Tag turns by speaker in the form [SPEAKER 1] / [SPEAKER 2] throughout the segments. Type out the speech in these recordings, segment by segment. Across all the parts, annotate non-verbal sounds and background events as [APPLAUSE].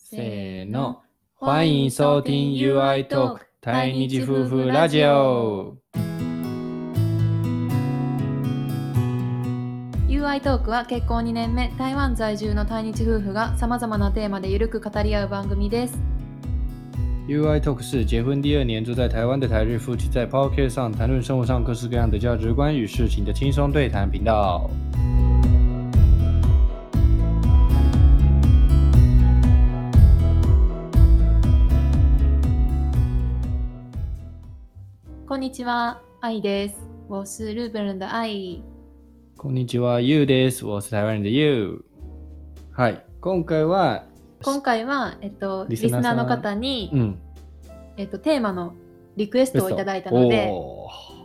[SPEAKER 1] せーの。欢迎收听 UI Talk 台日夫婦ラジオ。
[SPEAKER 2] UI トークは結婚2年目台湾在住の対日夫婦がさまざまなテーマでゆるく語り合う番組です
[SPEAKER 1] UI Talk 是结婚第二年住在台湾的台日夫妻在 Pocket 上谈论生活上各式各样的价值观与事情的轻松对谈频道。
[SPEAKER 2] こんにちは愛です我是日本人的愛
[SPEAKER 1] こんにちは、ゆうです。我是台湾人的ゆう。はい、今回は、
[SPEAKER 2] 今回は、えっと、
[SPEAKER 1] リ
[SPEAKER 2] リ
[SPEAKER 1] ス
[SPEAKER 2] ス
[SPEAKER 1] ナーさん
[SPEAKER 2] ナーの方に、
[SPEAKER 1] ん、
[SPEAKER 2] えっと、テーマのリクエストをいただいたので
[SPEAKER 1] おー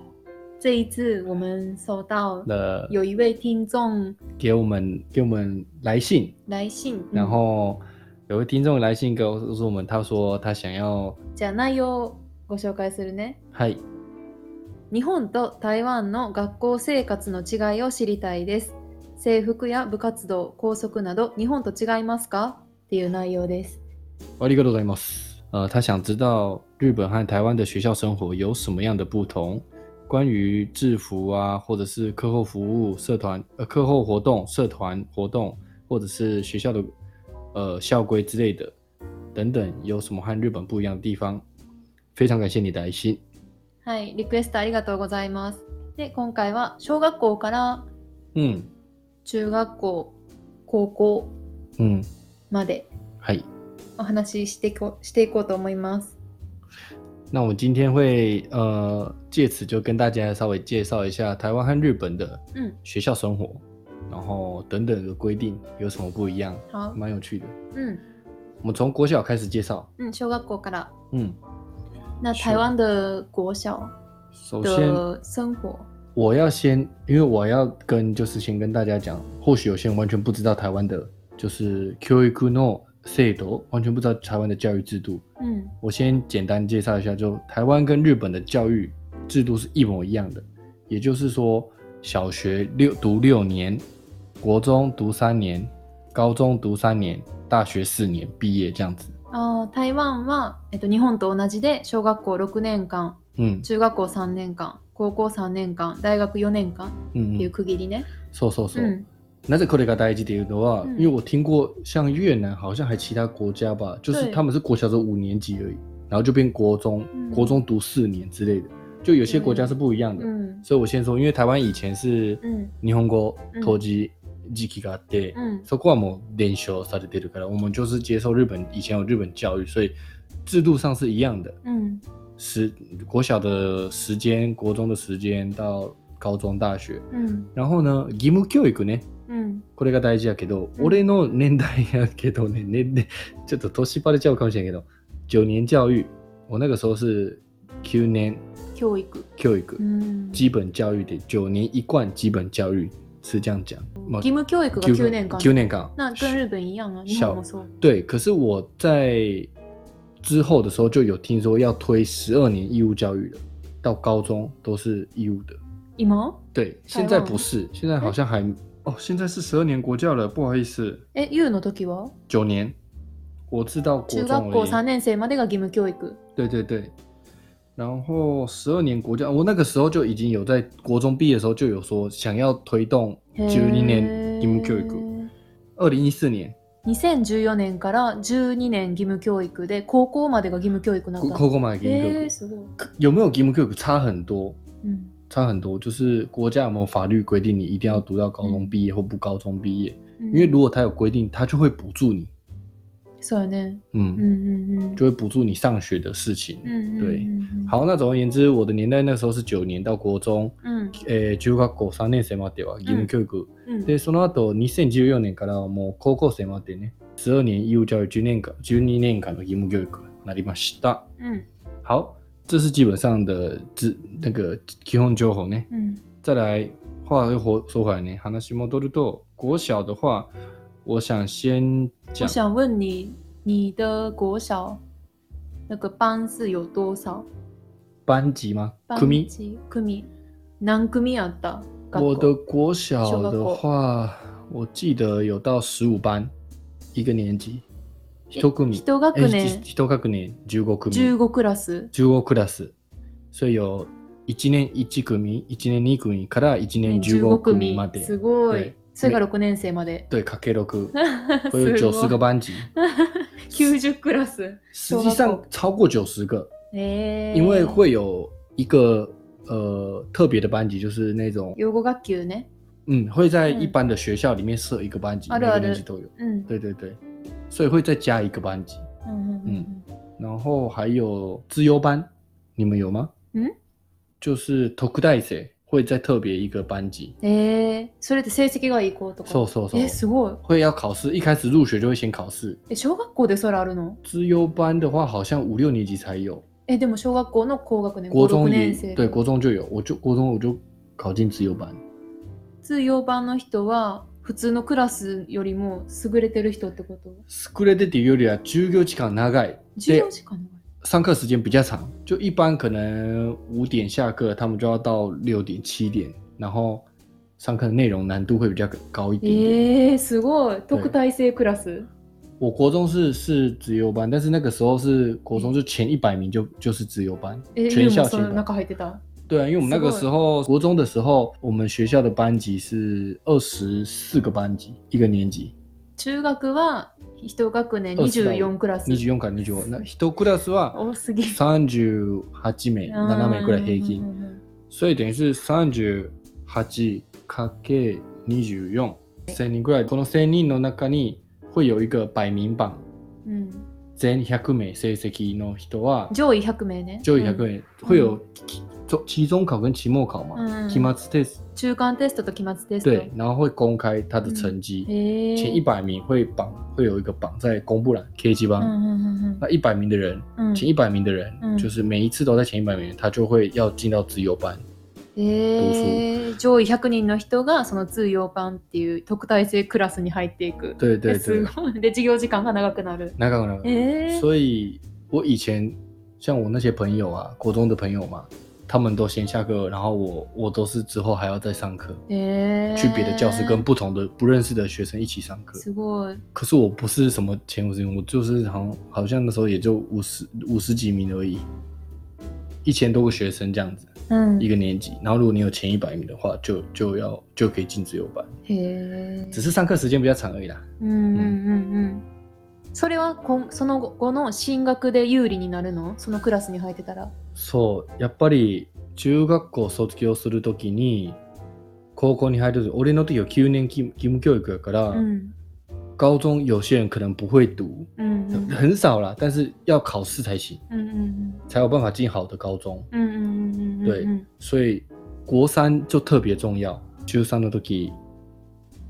[SPEAKER 2] 这一次我们收到
[SPEAKER 1] 的
[SPEAKER 2] 有一位听众
[SPEAKER 1] 给我们给我们来信，
[SPEAKER 2] 来信
[SPEAKER 1] 然后有位听众来信告诉我们，他说他想要
[SPEAKER 2] うんじゃあ内容をご紹介するね
[SPEAKER 1] はい
[SPEAKER 2] 日本と台湾の学校生活の違いを知りたいです。制服や部活動、校則など日本と違いますかっていう内容です。
[SPEAKER 1] ありがとうございます。呃，他想知道日本和台湾的学校生活有什么样的不同，关于制服啊，或者是课后服务、社团呃课后活动、社团活动，或者是学校的呃校规之类的等等，有什么和日本不一样的地方？非常感谢你的来信。
[SPEAKER 2] はい、リクエストありがとうございます。で、今回は小学校から
[SPEAKER 1] 嗯
[SPEAKER 2] 中学校、高校
[SPEAKER 1] 嗯，
[SPEAKER 2] まで
[SPEAKER 1] 嗨。
[SPEAKER 2] お話ししてこしていこうと思います。
[SPEAKER 1] 那我今天会呃借此就跟大家稍微介绍一下台湾和日本的
[SPEAKER 2] 嗯
[SPEAKER 1] 学校生活，然后等等的规定有什么不一样，
[SPEAKER 2] 好，
[SPEAKER 1] 蛮有趣的。
[SPEAKER 2] 嗯
[SPEAKER 1] 我们从国小开始介绍，
[SPEAKER 2] 嗯，小学校から。
[SPEAKER 1] 嗯，
[SPEAKER 2] 那
[SPEAKER 1] 是
[SPEAKER 2] 台湾的国小
[SPEAKER 1] 首先
[SPEAKER 2] 的生活，
[SPEAKER 1] 我要先，因为我要跟就是先跟大家讲，或许有些人完全不知道台湾的就是教育の制度，完全不知道台湾的教育制度。
[SPEAKER 2] 嗯
[SPEAKER 1] 我先简单介绍一下，就台湾跟日本的教育制度是一模一样的，也就是说，小学六读六年，国中读三年，高中读三年，大学四年毕业这样子。
[SPEAKER 2] あー台湾は、えっと、日本と同じで小学校6年間
[SPEAKER 1] 嗯
[SPEAKER 2] 中学校3年間高校3年間大学4年間っ
[SPEAKER 1] 嗯
[SPEAKER 2] ていう
[SPEAKER 1] 嗯，
[SPEAKER 2] 区切りね、
[SPEAKER 1] そうそうそうう。
[SPEAKER 2] ん、
[SPEAKER 1] 那这口里嘎大一点的话，
[SPEAKER 2] 嗯
[SPEAKER 1] 因为我听过像越南好像还其他国家吧，就是
[SPEAKER 2] 对
[SPEAKER 1] 他们是国小只有五年级而已，然后就变国中，
[SPEAKER 2] 嗯
[SPEAKER 1] 国中读四年之类的，就有些国家是不一样的。
[SPEAKER 2] うん
[SPEAKER 1] 所以我先说，因为台湾以前是
[SPEAKER 2] うん
[SPEAKER 1] 日本語
[SPEAKER 2] うん
[SPEAKER 1] 当時時期があって、
[SPEAKER 2] うん
[SPEAKER 1] そこはもう伝承されてるから、我们就是接受日本以前有日本教育，所以制度上是一样的。
[SPEAKER 2] うん
[SPEAKER 1] 时国小的时间、国中的时间到高中、大学，
[SPEAKER 2] うん
[SPEAKER 1] 然后呢、義務教育ね。
[SPEAKER 2] うん
[SPEAKER 1] これが大事やけど、
[SPEAKER 2] うん
[SPEAKER 1] 俺の年代やけどね、年齢、ちょっと年バレちゃうかもしれんけど、九年教育，我那个时候是九年
[SPEAKER 2] 教育
[SPEAKER 1] 教育
[SPEAKER 2] う，ん義
[SPEAKER 1] 基本教育的九年一贯基本教育是这样讲。まあ
[SPEAKER 2] 務教育が9年間
[SPEAKER 1] 九年港。
[SPEAKER 2] 那跟日本一样啊日本もそう
[SPEAKER 1] 对，可是我在之后的时候就有听说要推十二年义务教育了，到高中都是义务的。
[SPEAKER 2] 今
[SPEAKER 1] 对，现在不是，现在好像还哦，现在是十二年国教了，不好意思，
[SPEAKER 2] え U の時は
[SPEAKER 1] 九年，我知道国
[SPEAKER 2] 中
[SPEAKER 1] 中
[SPEAKER 2] 学校3
[SPEAKER 1] 而已。
[SPEAKER 2] 年生までが義務教育
[SPEAKER 1] 对对对，然后十二年国教，我那个时候就已经有在国中毕业的时候就有说想要推动
[SPEAKER 2] へー
[SPEAKER 1] 12年義務教育。二零一四年，
[SPEAKER 2] 2014年から12年義務教育で高校までが義務教育なんだ
[SPEAKER 1] 高校嘛義務教育
[SPEAKER 2] えー、すごい、
[SPEAKER 1] 有没有義務教育差很多？
[SPEAKER 2] うん
[SPEAKER 1] 差很多，就是国家有没有法律规定你一定要读到高中毕业或不高中毕业？
[SPEAKER 2] うん
[SPEAKER 1] 因为如果他有规定，他就会补助你，
[SPEAKER 2] そうよねうん
[SPEAKER 1] 嗯，
[SPEAKER 2] うんうん
[SPEAKER 1] 就会补助你上学的事情。
[SPEAKER 2] うんうんうんう
[SPEAKER 1] 对
[SPEAKER 2] ん
[SPEAKER 1] 好，那总而言之，我的年代那时候是九年到国中，
[SPEAKER 2] うん
[SPEAKER 1] 诶、中学校三年生までは義務教育。
[SPEAKER 2] うん
[SPEAKER 1] で、その後2014年からはもう高校生までね、12年義務教育10年間、12年間の義務教育になりました。
[SPEAKER 2] うん
[SPEAKER 1] 好，这是基本上的知那个基本情報ね。
[SPEAKER 2] うん
[SPEAKER 1] 再来，话又回说回来呢，話戻ると国小的话，我想先
[SPEAKER 2] 我
[SPEAKER 1] 讲
[SPEAKER 2] 想问你，你的国小那个班是有多少？
[SPEAKER 1] 班级吗？
[SPEAKER 2] 班
[SPEAKER 1] 組
[SPEAKER 2] 级組何組あった？
[SPEAKER 1] 我的
[SPEAKER 2] 学校
[SPEAKER 1] 国小
[SPEAKER 2] 小学
[SPEAKER 1] 的
[SPEAKER 2] 校
[SPEAKER 1] 话，我记得有到十五班一个年级，一組。
[SPEAKER 2] 一学
[SPEAKER 1] え
[SPEAKER 2] 年
[SPEAKER 1] 一一学年15組。
[SPEAKER 2] 15クラス。
[SPEAKER 1] 15クラス。所以有1年1組、1年2組から1年15組まです
[SPEAKER 2] ごい
[SPEAKER 1] 对
[SPEAKER 2] それが6年生まで
[SPEAKER 1] 对，かけ6。
[SPEAKER 2] [LAUGHS] す
[SPEAKER 1] 会有90个班级，
[SPEAKER 2] 90クラス
[SPEAKER 1] 实际上超过90个，
[SPEAKER 2] えー
[SPEAKER 1] 因为会有一个呃特别的班级，就是那种
[SPEAKER 2] 養護学級ね
[SPEAKER 1] 嗯会在
[SPEAKER 2] 嗯
[SPEAKER 1] 一般的学校里面设一个班级，
[SPEAKER 2] 啊
[SPEAKER 1] 每
[SPEAKER 2] 对啊
[SPEAKER 1] 个
[SPEAKER 2] 对
[SPEAKER 1] 年级都有。
[SPEAKER 2] うん
[SPEAKER 1] 嗯哦对对对，所以会再加一个班级，
[SPEAKER 2] うんうん
[SPEAKER 1] 然后还有资优班，你们有吗？
[SPEAKER 2] 嗯，
[SPEAKER 1] 就是特待生会再特别一个班级，
[SPEAKER 2] うんえーそれって成績がいい子とか
[SPEAKER 1] そうそうそう
[SPEAKER 2] えすごい
[SPEAKER 1] 会要考试，一开始入学就会先考试。
[SPEAKER 2] え小学校でそれあるの
[SPEAKER 1] 资优班的话，好像五六年级才有，
[SPEAKER 2] えでも小学校の高学年
[SPEAKER 1] 嗯国
[SPEAKER 2] 5、6
[SPEAKER 1] 中
[SPEAKER 2] 年
[SPEAKER 1] 也
[SPEAKER 2] 生
[SPEAKER 1] 对国中就有，我就国中我就考进自由班，
[SPEAKER 2] 通用版の人は普通のクラスよりも優れてる人ってこと
[SPEAKER 1] 少ないっていうよりは授業時間長い，
[SPEAKER 2] 授業
[SPEAKER 1] で
[SPEAKER 2] 時間の
[SPEAKER 1] 上课时间比较长，就一般可能五点下课，他们就要到六点七点，然后上课的内容难度会比较高一点点。
[SPEAKER 2] えー、すごい特待生クラス
[SPEAKER 1] 我国中是是自由班，但是那个时候是国中就前一百名就就是自由班，
[SPEAKER 2] え
[SPEAKER 1] 全
[SPEAKER 2] ルー
[SPEAKER 1] 校
[SPEAKER 2] もそ
[SPEAKER 1] 前
[SPEAKER 2] の
[SPEAKER 1] 一百。
[SPEAKER 2] 中入ってた
[SPEAKER 1] 对啊，因为我们那个
[SPEAKER 2] すごい
[SPEAKER 1] 时候国中的时候，我们学校的班级是二十四个班级，一个年级。
[SPEAKER 2] 中学は一学年24クラス
[SPEAKER 1] 24から25な一クラスは
[SPEAKER 2] 多すぎる
[SPEAKER 1] 38名7名く
[SPEAKER 2] 啊
[SPEAKER 1] らい平
[SPEAKER 2] う
[SPEAKER 1] 均
[SPEAKER 2] んうんうんうん
[SPEAKER 1] 所以等于是 38×24 1000人くらいこの1000人の中に会有一个百名榜
[SPEAKER 2] うん
[SPEAKER 1] 全100名成績の人は
[SPEAKER 2] 上位100名ね
[SPEAKER 1] 上位100
[SPEAKER 2] うん
[SPEAKER 1] 名、会有期期中考跟期末考嘛、
[SPEAKER 2] 嗯
[SPEAKER 1] 期末テス
[SPEAKER 2] 中間テストと期末テス
[SPEAKER 1] ト
[SPEAKER 2] ト
[SPEAKER 1] 对然后会公开他的成绩、
[SPEAKER 2] へえ
[SPEAKER 1] 前一百名会榜会有一个榜在公布栏 K 级榜、
[SPEAKER 2] うんうんうん
[SPEAKER 1] 那一百名的人
[SPEAKER 2] うんうん
[SPEAKER 1] 前一百名的人，
[SPEAKER 2] 嗯
[SPEAKER 1] 就是每一次都在前一百名，他就会要进到自由班。
[SPEAKER 2] えー、上位100人の人がその通用版っていう特待生クラスに入っていく
[SPEAKER 1] 对对
[SPEAKER 2] えす
[SPEAKER 1] 对，
[SPEAKER 2] ごい。で、授業時間が長くなる。
[SPEAKER 1] 那个那个。
[SPEAKER 2] えー、
[SPEAKER 1] 所以我以前像我那些朋友啊，国中的朋友嘛，他们都先下课，然后我我都是之后还要再上课，
[SPEAKER 2] えー、
[SPEAKER 1] 去别的教室跟不同的不认识的学生一起上课。
[SPEAKER 2] すごい。
[SPEAKER 1] 可是我不是什么前五十名，我就是好像好像那时候也就五十五十几名而已，一千多个学生这样子
[SPEAKER 2] うん。
[SPEAKER 1] 一个年级。然后如果你有前一百名的话，就就要就可以进自由班。
[SPEAKER 2] へえ
[SPEAKER 1] 只是上课时间比较长而已啦。
[SPEAKER 2] うんうんうんうん。それはこんその後の進学で有利になるのそのクラスに入ってたら。
[SPEAKER 1] そう、やっぱり中学校卒業するときに高校に入る時俺の時は9年義義務教育やから、
[SPEAKER 2] うん。
[SPEAKER 1] 高中有些人可能不会读，
[SPEAKER 2] うんうん。
[SPEAKER 1] 很少啦，但是要考试才行，
[SPEAKER 2] うんうん
[SPEAKER 1] 才有办法进好的高中。
[SPEAKER 2] うん。うんうんうんうん。
[SPEAKER 1] 对所以国三就特别重要。中三の時、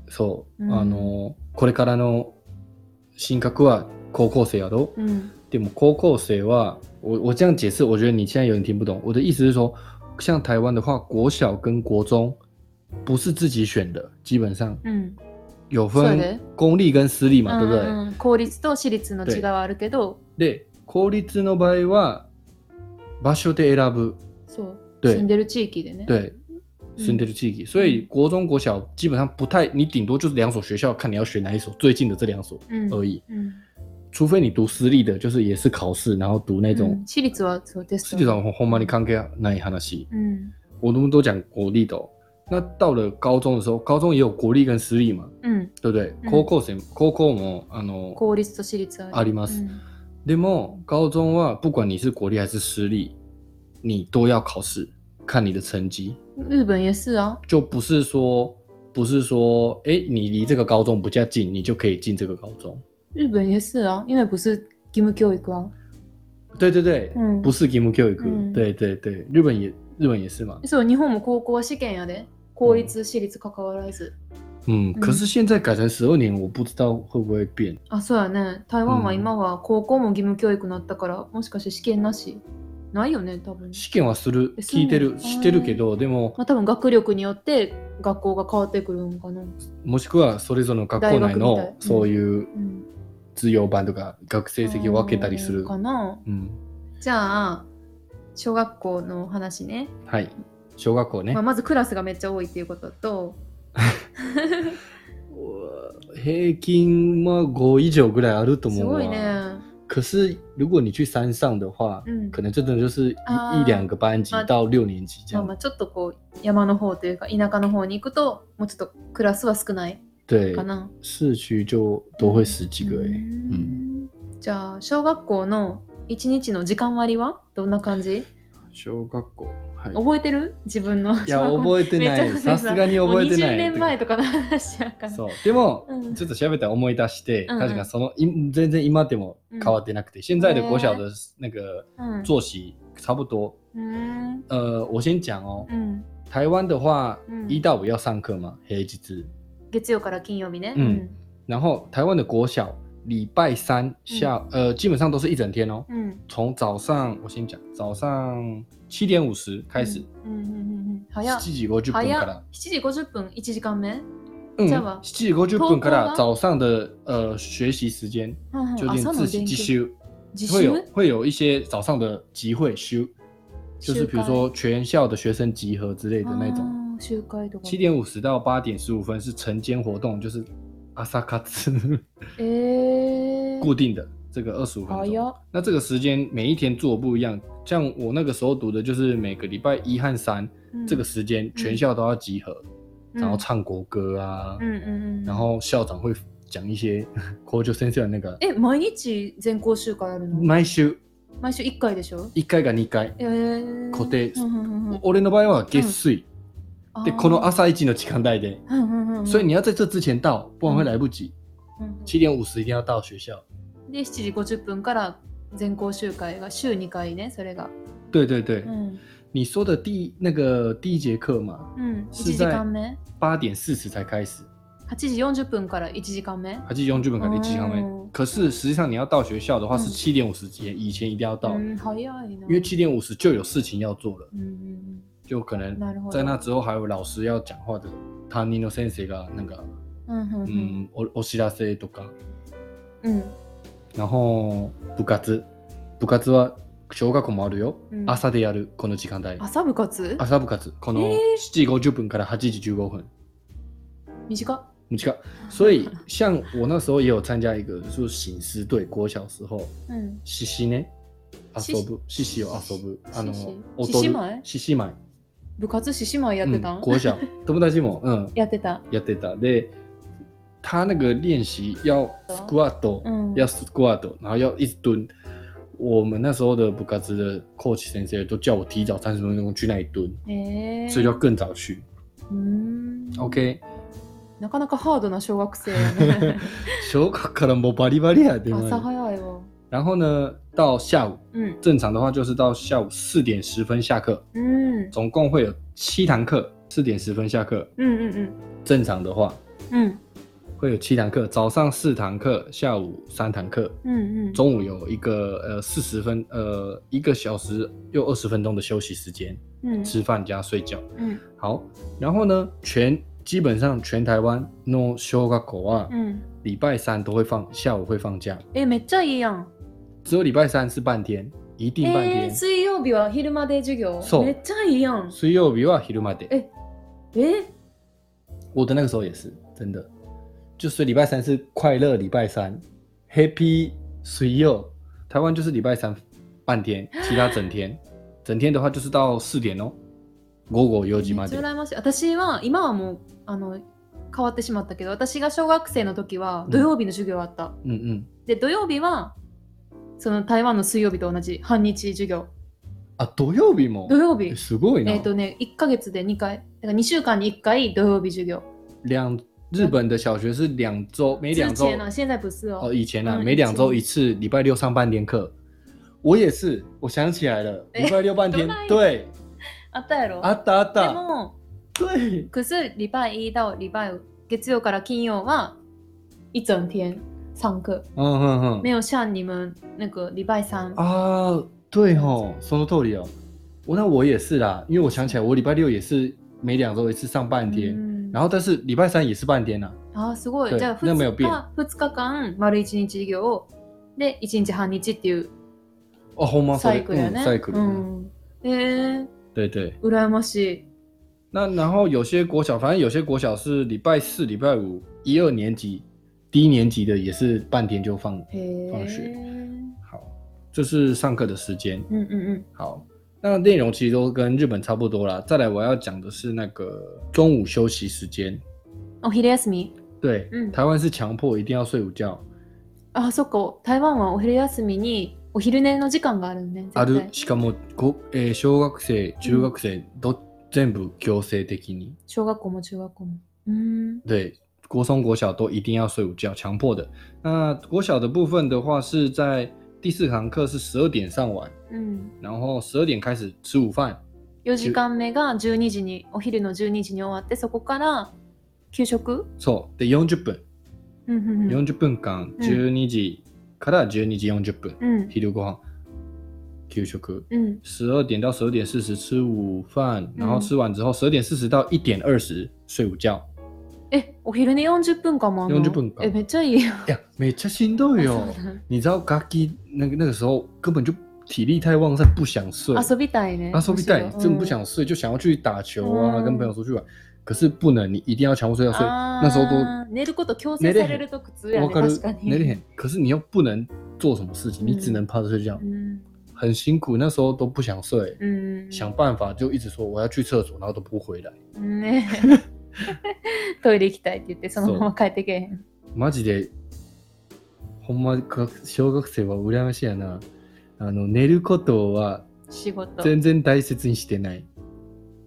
[SPEAKER 1] そう、
[SPEAKER 2] うん
[SPEAKER 1] あのこれからの進学は高校生やろ。
[SPEAKER 2] うん。
[SPEAKER 1] でも高校生は我我这样解释，我觉得你现在有点听不懂。我的意思是说，像台湾的话，国小跟国中不是自己选的，基本上
[SPEAKER 2] うん。
[SPEAKER 1] 有
[SPEAKER 2] そうだ
[SPEAKER 1] 分
[SPEAKER 2] よ
[SPEAKER 1] 公立跟私立嘛，对不
[SPEAKER 2] うん
[SPEAKER 1] 对？
[SPEAKER 2] うんうん公立と私立の違いはあるけど、
[SPEAKER 1] で、公立の場合は場所で選ぶ，
[SPEAKER 2] そう。
[SPEAKER 1] 对
[SPEAKER 2] 住んでる地域でね。
[SPEAKER 1] 对，
[SPEAKER 2] 嗯
[SPEAKER 1] 住んでる地域，所以国中国小基本上不太，你顶多就是两所学校，看你要选哪一所最近的这两所
[SPEAKER 2] うん。
[SPEAKER 1] 而已。
[SPEAKER 2] うん
[SPEAKER 1] 除非你读私立的，就是也是考试，然后读那
[SPEAKER 2] う
[SPEAKER 1] 种
[SPEAKER 2] ん私立はそうテス
[SPEAKER 1] 私
[SPEAKER 2] ト。
[SPEAKER 1] 立的话，ほんまに関係ない話。
[SPEAKER 2] うん。
[SPEAKER 1] 我们都讲国立的、哦。那到了高中的时候，高中也有国立跟私立嘛，
[SPEAKER 2] うん。
[SPEAKER 1] 对不对？
[SPEAKER 2] 嗯
[SPEAKER 1] 高校生、高校もあの
[SPEAKER 2] 公立と私立ある
[SPEAKER 1] あります
[SPEAKER 2] うん
[SPEAKER 1] でも高中は不管你是国立还是私立，你都要考试，看你的成绩，
[SPEAKER 2] 日本也是啊，
[SPEAKER 1] 就不是说不是说哎你离这个高中比较近，你就可以进这个高中。
[SPEAKER 2] 日本也是啊，因为不是義務教育啊。
[SPEAKER 1] 对对对，
[SPEAKER 2] 嗯
[SPEAKER 1] 不是 Game Q
[SPEAKER 2] 嗯
[SPEAKER 1] 对对对，日本也日本也是嘛。
[SPEAKER 2] そう、日本も高校は試験やで。公立、私立関わらず。
[SPEAKER 1] 嗯，可是现在改成十二年，我不知道会不会变。
[SPEAKER 2] あ、そうやね。台湾は
[SPEAKER 1] うん
[SPEAKER 2] 今は高校も義務教育になったから、もしかして試験なしないよね、多分。
[SPEAKER 1] 試験はする
[SPEAKER 2] えそう
[SPEAKER 1] 聞いてる
[SPEAKER 2] あー
[SPEAKER 1] 知ってるけどでも
[SPEAKER 2] まあ多分学力によって学校が変わってくるんかな。
[SPEAKER 1] もしくはそれぞれの学校内
[SPEAKER 2] 大学みたい
[SPEAKER 1] の
[SPEAKER 2] うん
[SPEAKER 1] そういう
[SPEAKER 2] うん、
[SPEAKER 1] 通用版とか学成績を分けたりする。
[SPEAKER 2] かな。
[SPEAKER 1] うん、
[SPEAKER 2] じゃあ、小学校の話ね。
[SPEAKER 1] はい小学校ね
[SPEAKER 2] まあ、。まずクラスがめっちゃ多いっていうことと、
[SPEAKER 1] 平均は5以上ぐらいあると
[SPEAKER 2] す
[SPEAKER 1] 思う
[SPEAKER 2] ご
[SPEAKER 1] わ。
[SPEAKER 2] いね。
[SPEAKER 1] 可是如果你去山上的话，
[SPEAKER 2] うん
[SPEAKER 1] 可能真的就是一、
[SPEAKER 2] 啊
[SPEAKER 1] 一两个班级
[SPEAKER 2] まあ
[SPEAKER 1] 到六年级这
[SPEAKER 2] まあ
[SPEAKER 1] 样。
[SPEAKER 2] まあちょっとこう山の方というか田舎の方に行くともうちょっとクラスは少ない
[SPEAKER 1] 对
[SPEAKER 2] か，な。
[SPEAKER 1] 市区就都会十几个
[SPEAKER 2] う
[SPEAKER 1] 哎、
[SPEAKER 2] んじゃあ小学校の一日の時間割はどんな感じ
[SPEAKER 1] 小学校。はい
[SPEAKER 2] 覚えてる自分の
[SPEAKER 1] いや
[SPEAKER 2] 小学校
[SPEAKER 1] 覚えてな
[SPEAKER 2] め
[SPEAKER 1] い。
[SPEAKER 2] っち
[SPEAKER 1] さ
[SPEAKER 2] ゃ
[SPEAKER 1] すがに覚えてない。
[SPEAKER 2] もう20年前とかの話やから。
[SPEAKER 1] そう。でも、
[SPEAKER 2] うん
[SPEAKER 1] ちょっと調べたら思い出して、
[SPEAKER 2] うんうん
[SPEAKER 1] 確かそのい全然今でも変わってなくて、现在的国小的那个
[SPEAKER 2] うん
[SPEAKER 1] 作息差不多。
[SPEAKER 2] うん
[SPEAKER 1] 呃，我先讲哦，
[SPEAKER 2] うん
[SPEAKER 1] 台湾的话
[SPEAKER 2] 嗯，
[SPEAKER 1] 一到五要上课嘛，黑吉之。
[SPEAKER 2] 月曜から金曜日ね。
[SPEAKER 1] うん然后台湾的国小礼拜三下、呃，基本上都是一整天哦，
[SPEAKER 2] うん。うん
[SPEAKER 1] 从早上我先讲，早上七点五十开始，
[SPEAKER 2] うんうんうんうん早
[SPEAKER 1] 7
[SPEAKER 2] っ
[SPEAKER 1] 時50分
[SPEAKER 2] 早
[SPEAKER 1] か
[SPEAKER 2] っ
[SPEAKER 1] ら，
[SPEAKER 2] 7時50分1時間目。
[SPEAKER 1] 嗯，
[SPEAKER 2] 这样吧
[SPEAKER 1] 7時50分か
[SPEAKER 2] 通过
[SPEAKER 1] ら
[SPEAKER 2] 吗
[SPEAKER 1] 早上的呃学习时间
[SPEAKER 2] うんうん
[SPEAKER 1] 就练
[SPEAKER 2] 朝の
[SPEAKER 1] 自习
[SPEAKER 2] 勉
[SPEAKER 1] 必
[SPEAKER 2] 強。
[SPEAKER 1] 修，
[SPEAKER 2] 自
[SPEAKER 1] 会有
[SPEAKER 2] 習
[SPEAKER 1] 会有一些早上的集会修，就是比如说全校的学生集合之类
[SPEAKER 2] 哦
[SPEAKER 1] 的那种。
[SPEAKER 2] あー集会とか。
[SPEAKER 1] 七点五十到八点十五分是晨间活动，就是阿萨卡兹
[SPEAKER 2] えー
[SPEAKER 1] 固定的这个二十五分钟。
[SPEAKER 2] 早っ。
[SPEAKER 1] 那这个时间每一天做不一样，像我那个时候读的就是每个礼拜一和三、
[SPEAKER 2] うん
[SPEAKER 1] 这个时间，全校都要集合，然后
[SPEAKER 2] うん
[SPEAKER 1] 唱国歌啊，
[SPEAKER 2] うんうんうん
[SPEAKER 1] 然后校长会讲一些 [LAUGHS] culture sense 的那个。
[SPEAKER 2] え、毎日全校集会あるの
[SPEAKER 1] 毎週
[SPEAKER 2] 毎週1回でしょ
[SPEAKER 1] 一回が二回。
[SPEAKER 2] えー
[SPEAKER 1] 固定
[SPEAKER 2] うんうんうんう
[SPEAKER 1] 我
[SPEAKER 2] ん
[SPEAKER 1] 俺の場合は月水、
[SPEAKER 2] あー
[SPEAKER 1] でこの啊朝一の時間帯で、
[SPEAKER 2] うんうんうんうん
[SPEAKER 1] 所以你要在这之前到，不然会来不及。
[SPEAKER 2] うんうん
[SPEAKER 1] 七点五十一定要到学校。
[SPEAKER 2] で7時50分から全校集会が週2回ねそれが、
[SPEAKER 1] 对对对，
[SPEAKER 2] うん
[SPEAKER 1] 你说的第那个第一节课嘛，
[SPEAKER 2] うん、1
[SPEAKER 1] 是在
[SPEAKER 2] 時間目
[SPEAKER 1] 八点四十才开始，
[SPEAKER 2] 8時40分から1時間目
[SPEAKER 1] 还记得用剧本改的鸡汤没？
[SPEAKER 2] 哦
[SPEAKER 1] 可是实际上你要到学校的话
[SPEAKER 2] 嗯
[SPEAKER 1] 是七点五十前，以前一定要到，
[SPEAKER 2] うん、早いな
[SPEAKER 1] 因为七点五十就有事情要做了，
[SPEAKER 2] うんうん
[SPEAKER 1] 就可
[SPEAKER 2] う
[SPEAKER 1] 能
[SPEAKER 2] んなるほど
[SPEAKER 1] 在那之后还有老师要讲话的。他尼诺先生がなんか、
[SPEAKER 2] うんうんう
[SPEAKER 1] うんん、おお知らせ嗯とか、
[SPEAKER 2] うん
[SPEAKER 1] 然后部活、部活は小学校もあるよ。
[SPEAKER 2] うん
[SPEAKER 1] 朝でやるこの時間帯。
[SPEAKER 2] 朝部活
[SPEAKER 1] 朝部活この
[SPEAKER 2] え
[SPEAKER 1] 7時50分から8時15分。
[SPEAKER 2] 短っ
[SPEAKER 1] 你知道，所以像我那时候也有参加一个，就是醒狮队，国小时候
[SPEAKER 2] うん
[SPEAKER 1] 西西呢，阿
[SPEAKER 2] 西西
[SPEAKER 1] 索布西西有阿索布，あの
[SPEAKER 2] 西西
[SPEAKER 1] 踊る
[SPEAKER 2] 獅子舞
[SPEAKER 1] 獅子舞
[SPEAKER 2] 部活獅子舞やってたん、
[SPEAKER 1] 嗯、国小友達も嗯
[SPEAKER 2] やってた
[SPEAKER 1] やってたで、他那个练习要 squat，、
[SPEAKER 2] うん
[SPEAKER 1] 要 squat，然后要一直蹲。我们那时候的部卡兹的 coach 先生都叫我提早三十分钟去那里蹲，
[SPEAKER 2] えー、
[SPEAKER 1] 所以就要更早去。
[SPEAKER 2] うーん
[SPEAKER 1] OK，
[SPEAKER 2] なかなかハードな小学
[SPEAKER 1] [LAUGHS]
[SPEAKER 2] 生やね
[SPEAKER 1] 小学からもうバリバリやでも。
[SPEAKER 2] 朝早いわ
[SPEAKER 1] 啊然后呢，到下午
[SPEAKER 2] うん
[SPEAKER 1] 正常的话就是到下午四点十分下课，
[SPEAKER 2] うん
[SPEAKER 1] 总共会有七堂课，四点十分下课。
[SPEAKER 2] うんうんうん
[SPEAKER 1] 正常的话
[SPEAKER 2] うん
[SPEAKER 1] 会有七堂课，早上四堂课，下午三堂课，
[SPEAKER 2] うんうん
[SPEAKER 1] 中午有一个呃四十分呃一个小时又二十分钟的休息时间，
[SPEAKER 2] うん
[SPEAKER 1] 吃饭加睡觉。
[SPEAKER 2] うん
[SPEAKER 1] 好，然后呢，全基本上全台湾 no 休学口啊，
[SPEAKER 2] うん
[SPEAKER 1] 礼拜三都会放，下午会放假，
[SPEAKER 2] えめっちゃいいやん
[SPEAKER 1] 只有礼拜三是半天，一定半
[SPEAKER 2] え
[SPEAKER 1] 天
[SPEAKER 2] ー、。水曜日は昼まで授業
[SPEAKER 1] そう
[SPEAKER 2] めっちゃいいやん
[SPEAKER 1] 水曜日は昼まで。
[SPEAKER 2] ええ
[SPEAKER 1] 我的那个时候也是真的，就是礼拜三是快乐礼拜三，Happy 水曜。台湾就是礼拜三半天，其他整天，整天的话就是到四点哦，午後4時
[SPEAKER 2] め
[SPEAKER 1] ま
[SPEAKER 2] っち
[SPEAKER 1] で
[SPEAKER 2] ゃ。羨ましい私は今はもうあの変わってしまったけど私が小学生の時は
[SPEAKER 1] うん
[SPEAKER 2] 土曜日の授業あった、
[SPEAKER 1] うんうん。
[SPEAKER 2] で土曜日はその台湾の水曜日と同じ半日授業
[SPEAKER 1] あ、土啊曜日も。
[SPEAKER 2] 土曜日
[SPEAKER 1] えすごいな。
[SPEAKER 2] えっ、とね1ヶ月で2回だから2週間に1回土曜日授業
[SPEAKER 1] 两日本的小学是两周，每两
[SPEAKER 2] 之
[SPEAKER 1] 周
[SPEAKER 2] 前呢现在不是哦
[SPEAKER 1] 哦，以前啊，
[SPEAKER 2] 嗯
[SPEAKER 1] 每两周一次，礼拜六上半天课。我也是，我想起来了，
[SPEAKER 2] 哎
[SPEAKER 1] 礼拜六半天
[SPEAKER 2] 都那，样
[SPEAKER 1] 对，啊
[SPEAKER 2] あったやろ
[SPEAKER 1] あったあった，
[SPEAKER 2] でも
[SPEAKER 1] 对，
[SPEAKER 2] 可是礼拜一到礼拜五月曜から金曜は一整天上课
[SPEAKER 1] 嗯嗯嗯。
[SPEAKER 2] 没有像你们那个礼拜三
[SPEAKER 1] 啊，对吼，说的道理哦。我那我也是啦，因为我想起来，我礼拜六也是每两周一次上半天，
[SPEAKER 2] 嗯
[SPEAKER 1] 然后但是礼拜三也是半天啦。啊
[SPEAKER 2] あーすごい
[SPEAKER 1] 对
[SPEAKER 2] じゃあ
[SPEAKER 1] 那没有
[SPEAKER 2] 2
[SPEAKER 1] 变
[SPEAKER 2] 日二日間丸一日授業をで一日半日っていう
[SPEAKER 1] 哦，红毛
[SPEAKER 2] サイクルやね、
[SPEAKER 1] 赛克，嗯，
[SPEAKER 2] うんえー、
[SPEAKER 1] 对对。
[SPEAKER 2] 羨ましい
[SPEAKER 1] 那然后有些国小，反正有些国小是礼拜四、礼拜五，一二年级、低年级的也是半天就放。
[SPEAKER 2] へ
[SPEAKER 1] 楽しい
[SPEAKER 2] え
[SPEAKER 1] 就是上课的时间。
[SPEAKER 2] うんうん
[SPEAKER 1] 好，那内容其实都跟日本差不多啦。再来，我要讲的是那个中午休息时间。
[SPEAKER 2] うん。お昼休み。
[SPEAKER 1] 对，
[SPEAKER 2] 嗯
[SPEAKER 1] 台湾是强迫一定要睡午觉，
[SPEAKER 2] あ、そっか。台湾はお昼休みにお昼寝の時間があるね。絶対
[SPEAKER 1] ある。啊しかもこえー小学生、中学生都、全部強制的に。
[SPEAKER 2] 小学校も中学校も。うーん。
[SPEAKER 1] 对，国中、国小都一定要睡午觉，强迫的。那国小的部分的话，是在第四堂课是十二点上完，
[SPEAKER 2] うん。
[SPEAKER 1] 然后十二点开始吃午饭，
[SPEAKER 2] 4時間目が12時に、お昼の12時に終わって、そこから給食
[SPEAKER 1] 错で40分、
[SPEAKER 2] うんうんうん。
[SPEAKER 1] 40分間、
[SPEAKER 2] ん
[SPEAKER 1] 12時から12時40分、
[SPEAKER 2] うん。
[SPEAKER 1] 昼ご飯、給食。
[SPEAKER 2] うん。
[SPEAKER 1] 十二点到十二点四十吃午饭，然后
[SPEAKER 2] 嗯
[SPEAKER 1] 吃完之后十二点四十到一点二十睡午觉。
[SPEAKER 2] え、お昼寝40分間もあるの
[SPEAKER 1] 40分間
[SPEAKER 2] え、めっちゃいいよ。
[SPEAKER 1] 哎呀，每次心都有。
[SPEAKER 2] [LAUGHS] そうだ
[SPEAKER 1] 你知道 Gaki 那个那个时候根本就体力太旺盛，不想睡。
[SPEAKER 2] 遊びたいね。
[SPEAKER 1] 啊，说不定
[SPEAKER 2] むしろ
[SPEAKER 1] 真的不想睡，就想要去打球啊，
[SPEAKER 2] 哦嗯啊
[SPEAKER 1] 跟朋友出去玩。可是不能，你一定要强迫睡觉，所以
[SPEAKER 2] あー
[SPEAKER 1] 那时候都
[SPEAKER 2] 寝ること強制されると苦痛やね。
[SPEAKER 1] 我
[SPEAKER 2] 確かに。
[SPEAKER 1] 那点。可是你又不能做什么事情，你
[SPEAKER 2] 嗯
[SPEAKER 1] 只能趴着睡觉
[SPEAKER 2] う，ん。
[SPEAKER 1] 很辛苦。那时候都不想睡，
[SPEAKER 2] うん。
[SPEAKER 1] 想办法就一直说我要去厕所，然后都不回来。
[SPEAKER 2] ねトイレ行きたいって言って、そのまま帰ってけえへん。
[SPEAKER 1] マジで、ほんま学小学生は羨ましいやな。あの寝ることは
[SPEAKER 2] 仕事。
[SPEAKER 1] 全然大切にしてない。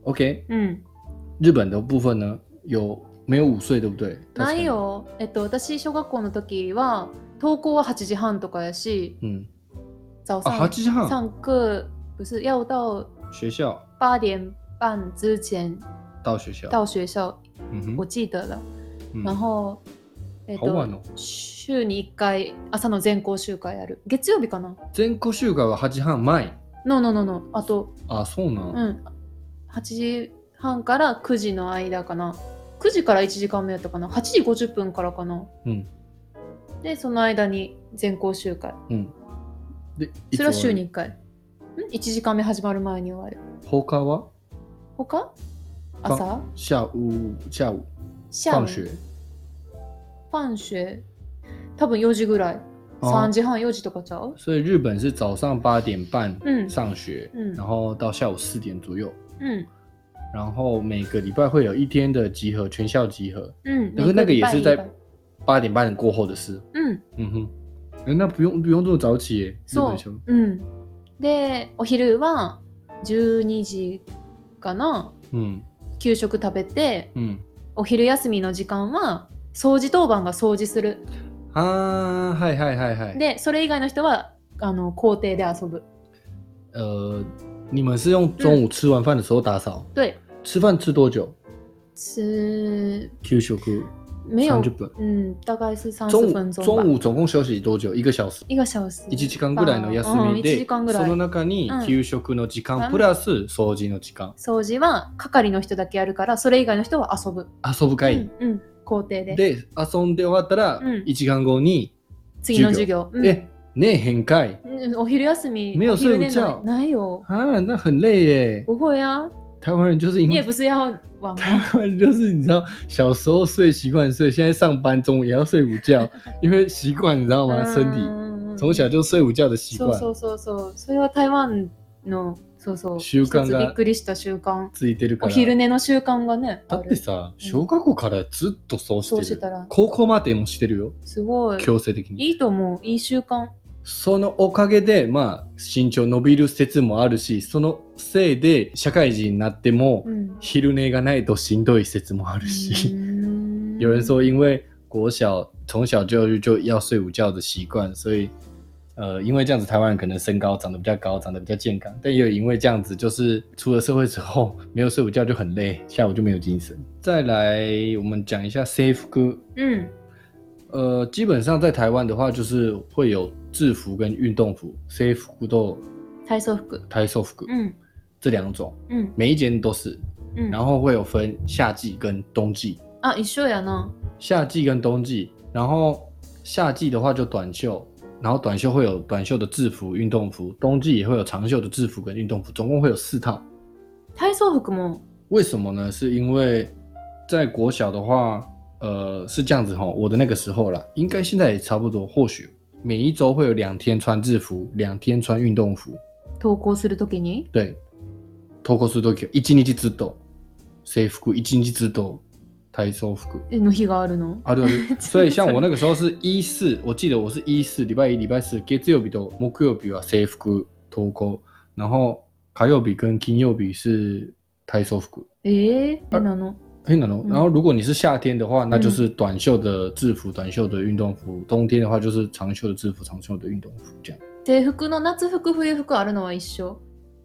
[SPEAKER 1] OK，
[SPEAKER 2] うん。
[SPEAKER 1] 日本的部分呢，有没有午睡，对不对？
[SPEAKER 2] ない。よ。えっと、私、小学校の時は、登校は8時半とかやし、
[SPEAKER 1] 嗯，
[SPEAKER 2] 早
[SPEAKER 1] 啊，
[SPEAKER 2] 上
[SPEAKER 1] 好，吉祥。
[SPEAKER 2] 上课不是要到
[SPEAKER 1] 学校
[SPEAKER 2] 八点半之前
[SPEAKER 1] 到学校，
[SPEAKER 2] 到学校，
[SPEAKER 1] 嗯
[SPEAKER 2] 我
[SPEAKER 1] 哼，
[SPEAKER 2] 记得了。
[SPEAKER 1] 嗯
[SPEAKER 2] 然后、えっ
[SPEAKER 1] 好晚
[SPEAKER 2] と
[SPEAKER 1] 哦。
[SPEAKER 2] 週に1回朝の全校集会やる。月曜日かな
[SPEAKER 1] 全校集会は8時半前。
[SPEAKER 2] ののののあと、
[SPEAKER 1] あ、そうなん。
[SPEAKER 2] うん、8時半から9時の間かな。9時から1時間目やったかな。8時50分からかな。
[SPEAKER 1] うん
[SPEAKER 2] で、その間に全校集会。
[SPEAKER 1] うんで、
[SPEAKER 2] それはい
[SPEAKER 1] つ終
[SPEAKER 2] 週
[SPEAKER 1] わる
[SPEAKER 2] に1回。ん ?1 時間目始まる前に終わる。
[SPEAKER 1] 他は
[SPEAKER 2] 他
[SPEAKER 1] 放
[SPEAKER 2] 朝
[SPEAKER 1] 下午下午
[SPEAKER 2] 下
[SPEAKER 1] 放
[SPEAKER 2] 午
[SPEAKER 1] 学。
[SPEAKER 2] 放学多分4時ぐらい。3
[SPEAKER 1] あ
[SPEAKER 2] 時半4時とかちゃう
[SPEAKER 1] 所以日本是早上八点半
[SPEAKER 2] うん。
[SPEAKER 1] 上学，
[SPEAKER 2] 嗯
[SPEAKER 1] 然后到下午四点左右，
[SPEAKER 2] うん。
[SPEAKER 1] 然后每个礼拜会有一天的集合，全校集合。
[SPEAKER 2] うん。
[SPEAKER 1] 可是那个也是
[SPEAKER 2] 每礼拜
[SPEAKER 1] 在八点半过后的事。
[SPEAKER 2] うん。
[SPEAKER 1] 嗯哼，哎那不用不用这么早起耶，日
[SPEAKER 2] そ
[SPEAKER 1] 本
[SPEAKER 2] う
[SPEAKER 1] 小。
[SPEAKER 2] うん。で、お昼は12時かな。
[SPEAKER 1] 嗯
[SPEAKER 2] 給食食べて、
[SPEAKER 1] 嗯
[SPEAKER 2] お昼休みの時間は掃除当番が掃除する。
[SPEAKER 1] 啊，嗨嗨嗨嗨。
[SPEAKER 2] で、それ以外の人はあの校庭で遊ぶ。
[SPEAKER 1] 呃，你们是用中午吃完饭的时候打扫？
[SPEAKER 2] 对。
[SPEAKER 1] 吃饭吃多久
[SPEAKER 2] 是
[SPEAKER 1] ？Q 休课
[SPEAKER 2] 没有
[SPEAKER 1] 30分。
[SPEAKER 2] 嗯，大概是三
[SPEAKER 1] 中
[SPEAKER 2] 十
[SPEAKER 1] 午
[SPEAKER 2] 分钟吧。
[SPEAKER 1] 中午总共休息多久？一个小时。
[SPEAKER 2] 一个小时。
[SPEAKER 1] 1時間ぐらいの休み
[SPEAKER 2] うん一
[SPEAKER 1] で、
[SPEAKER 2] 時間ぐらい
[SPEAKER 1] その中に
[SPEAKER 2] うん
[SPEAKER 1] 給食の時間、
[SPEAKER 2] うん
[SPEAKER 1] プラス掃除の時間
[SPEAKER 2] 掃除は係の人だけやるから、それ以外の人は遊ぶ。
[SPEAKER 1] 遊ぶ会、
[SPEAKER 2] うん、うん、校庭で。
[SPEAKER 1] で遊んで終わったら
[SPEAKER 2] うん
[SPEAKER 1] 1時間後に、
[SPEAKER 2] 次の授業。うん
[SPEAKER 1] えねえへんかい
[SPEAKER 2] うんお昼休み。
[SPEAKER 1] 没有
[SPEAKER 2] お昼寝
[SPEAKER 1] 睡午觉
[SPEAKER 2] ないないよ。
[SPEAKER 1] 啊那很累耶
[SPEAKER 2] 不会啊，
[SPEAKER 1] 台湾人就是因
[SPEAKER 2] 你也
[SPEAKER 1] 为
[SPEAKER 2] 不是 [LAUGHS] 要玩吗？
[SPEAKER 1] 台湾人就是你知道小时候睡习惯睡现在上班中午也要睡午觉因为习惯你知道吗身体
[SPEAKER 2] 嗯
[SPEAKER 1] 从小就睡午觉的习
[SPEAKER 2] そう
[SPEAKER 1] 惯
[SPEAKER 2] そうそうそう。それは台湾のそうそう。
[SPEAKER 1] 習慣が
[SPEAKER 2] 一つびっくりした習慣。
[SPEAKER 1] ついてるか
[SPEAKER 2] お
[SPEAKER 1] ら
[SPEAKER 2] 昼寝の習慣がね。
[SPEAKER 1] だ
[SPEAKER 2] あ
[SPEAKER 1] って
[SPEAKER 2] る
[SPEAKER 1] さ小学校からずっとそう
[SPEAKER 2] そう
[SPEAKER 1] して
[SPEAKER 2] して
[SPEAKER 1] る
[SPEAKER 2] たら
[SPEAKER 1] 高校までもしてるよ
[SPEAKER 2] すごい。
[SPEAKER 1] 強制的に
[SPEAKER 2] いいと思う。いい習慣。
[SPEAKER 1] そのおかげで、まあ、身長伸びる説もあるし、そのせいで社会人になっても、
[SPEAKER 2] うん。
[SPEAKER 1] 昼寝がないとしんどい説もあるし、
[SPEAKER 2] 嗯
[SPEAKER 1] 有人说因为国小从小就就要睡午觉的习惯，所以呃，因为这样子台湾人可能身高长得比较高，长得比较健康，但也有因为这样子，就是出了社会之后没有睡午觉就很累， [LAUGHS] 下午就没有精神。再来，我们讲一下 safe 哥。
[SPEAKER 2] うん。
[SPEAKER 1] 呃，基本上在台湾的话，就是会有制服跟运动服、制服都
[SPEAKER 2] 体操服。
[SPEAKER 1] 台寿服
[SPEAKER 2] うん。
[SPEAKER 1] 这两种，
[SPEAKER 2] うん。
[SPEAKER 1] 每一间都是。
[SPEAKER 2] うん。
[SPEAKER 1] 然后会有分夏季跟冬季，
[SPEAKER 2] あ、一緒やな。
[SPEAKER 1] 夏季跟冬季。然后夏季的话就短袖，然后短袖会有短袖的制服、运动服，冬季也会有长袖的制服跟运动服，总共会有四套。
[SPEAKER 2] 体操服も。
[SPEAKER 1] 为什么呢？是因为在呃国小的话，呃，是这样子哈，我的那个时候啦，应该现在也差不多，或许每一周会有两天穿制服，两天穿运動服。
[SPEAKER 2] 投稿するときに
[SPEAKER 1] 对，投稿するときは一日ずっと制服，一日ずっと体操服。啊
[SPEAKER 2] えの日があるの
[SPEAKER 1] あるある。
[SPEAKER 2] [LAUGHS]
[SPEAKER 1] 所以像我那个时候是一四，我记得我是一四礼拜一、礼拜四月曜日と木曜日は制服投稿，然后火曜日跟金曜日是体操服。
[SPEAKER 2] えー、えなの
[SPEAKER 1] 変なの。
[SPEAKER 2] 嗯
[SPEAKER 1] 然后如果你是夏天的话，那就是短袖的制服、短袖的运动服；冬天的话就是长袖的制服、长袖的运动服这样。
[SPEAKER 2] 制服の夏服冬服あるのは一緒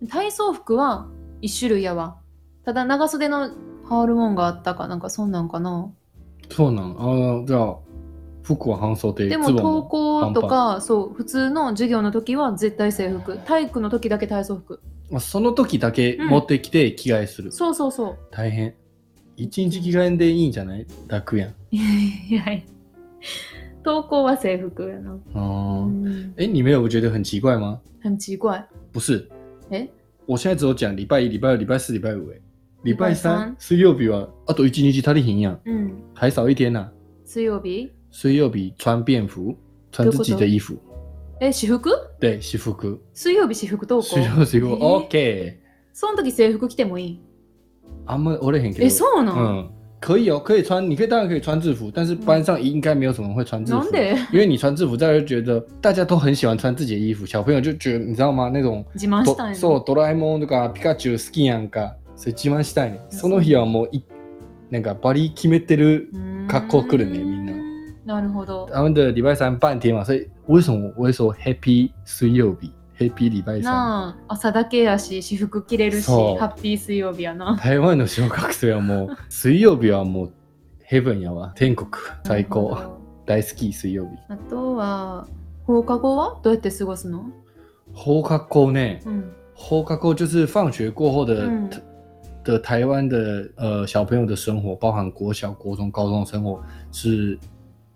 [SPEAKER 2] 体操服は一種類やわただ長袖の羽織るもんがあったかなんかそんなんかな
[SPEAKER 1] そうなん。あ、じゃあ服は半袖で
[SPEAKER 2] でも
[SPEAKER 1] ズボン
[SPEAKER 2] 登
[SPEAKER 1] は
[SPEAKER 2] 校とかそう普通の授業の時は絶対制服体育の時だけ体操服
[SPEAKER 1] まあその時だけ持ってきて着替えする。
[SPEAKER 2] そうそうそう
[SPEAKER 1] 大変。一日着替えでいいんじゃない楽やん。
[SPEAKER 2] [LAUGHS] いやいや登校は制服やなう
[SPEAKER 1] 哦、
[SPEAKER 2] ん
[SPEAKER 1] 哎、你没有觉得很奇怪吗？
[SPEAKER 2] 很奇怪
[SPEAKER 1] 不是，
[SPEAKER 2] え
[SPEAKER 1] 我现在只有讲礼拜一、礼拜二、礼拜四、礼拜五、哎，礼
[SPEAKER 2] 拜
[SPEAKER 1] 拜
[SPEAKER 2] 三
[SPEAKER 1] 三水曜日はあと一日足りひんやん，
[SPEAKER 2] うん
[SPEAKER 1] 还少一天呐、
[SPEAKER 2] 水曜日
[SPEAKER 1] 水曜日穿便服，穿自己的衣服，
[SPEAKER 2] え私服
[SPEAKER 1] 对，西服裤，
[SPEAKER 2] 水曜日私服登校
[SPEAKER 1] 水曜水曜
[SPEAKER 2] えー
[SPEAKER 1] OK。
[SPEAKER 2] その時制服着てもいい
[SPEAKER 1] あんま俺很
[SPEAKER 2] えそうなん、
[SPEAKER 1] 嗯，可以哦，可以穿，你可以当然可以穿制服，但是班上应该没有什么人会穿制服，
[SPEAKER 2] なんで
[SPEAKER 1] 因为你穿制服，大家就觉得大家都很喜欢穿自己的衣服，小朋友就觉得你知道吗？那种
[SPEAKER 2] 自慢したい
[SPEAKER 1] そう
[SPEAKER 2] の
[SPEAKER 1] ドラえもんとかピカチュウ好きやんか、それ自慢したいね。その日はもういなんかバリ決めてる。
[SPEAKER 2] う
[SPEAKER 1] 格好来るねみん
[SPEAKER 2] ななるほど
[SPEAKER 1] 他们的礼拜三半天嘛，所以为什么我会说 Happy 水曜日，Happy 礼拜三？
[SPEAKER 2] なあ朝だけやし私服着れるし
[SPEAKER 1] そう
[SPEAKER 2] ハッピー水曜日やな
[SPEAKER 1] 台湾の小学生はも
[SPEAKER 2] [LAUGHS]
[SPEAKER 1] う水曜日はもうヘブンやわ天国最
[SPEAKER 2] な
[SPEAKER 1] 高
[SPEAKER 2] るほど
[SPEAKER 1] 大好き水曜日
[SPEAKER 2] あとは放課後はどうやって過ごすの、
[SPEAKER 1] 放課後ね
[SPEAKER 2] うん、
[SPEAKER 1] 放課后就是放学过后的、
[SPEAKER 2] 嗯
[SPEAKER 1] 的台湾的呃小朋友的生活，包含国小、国中、高中的生活，是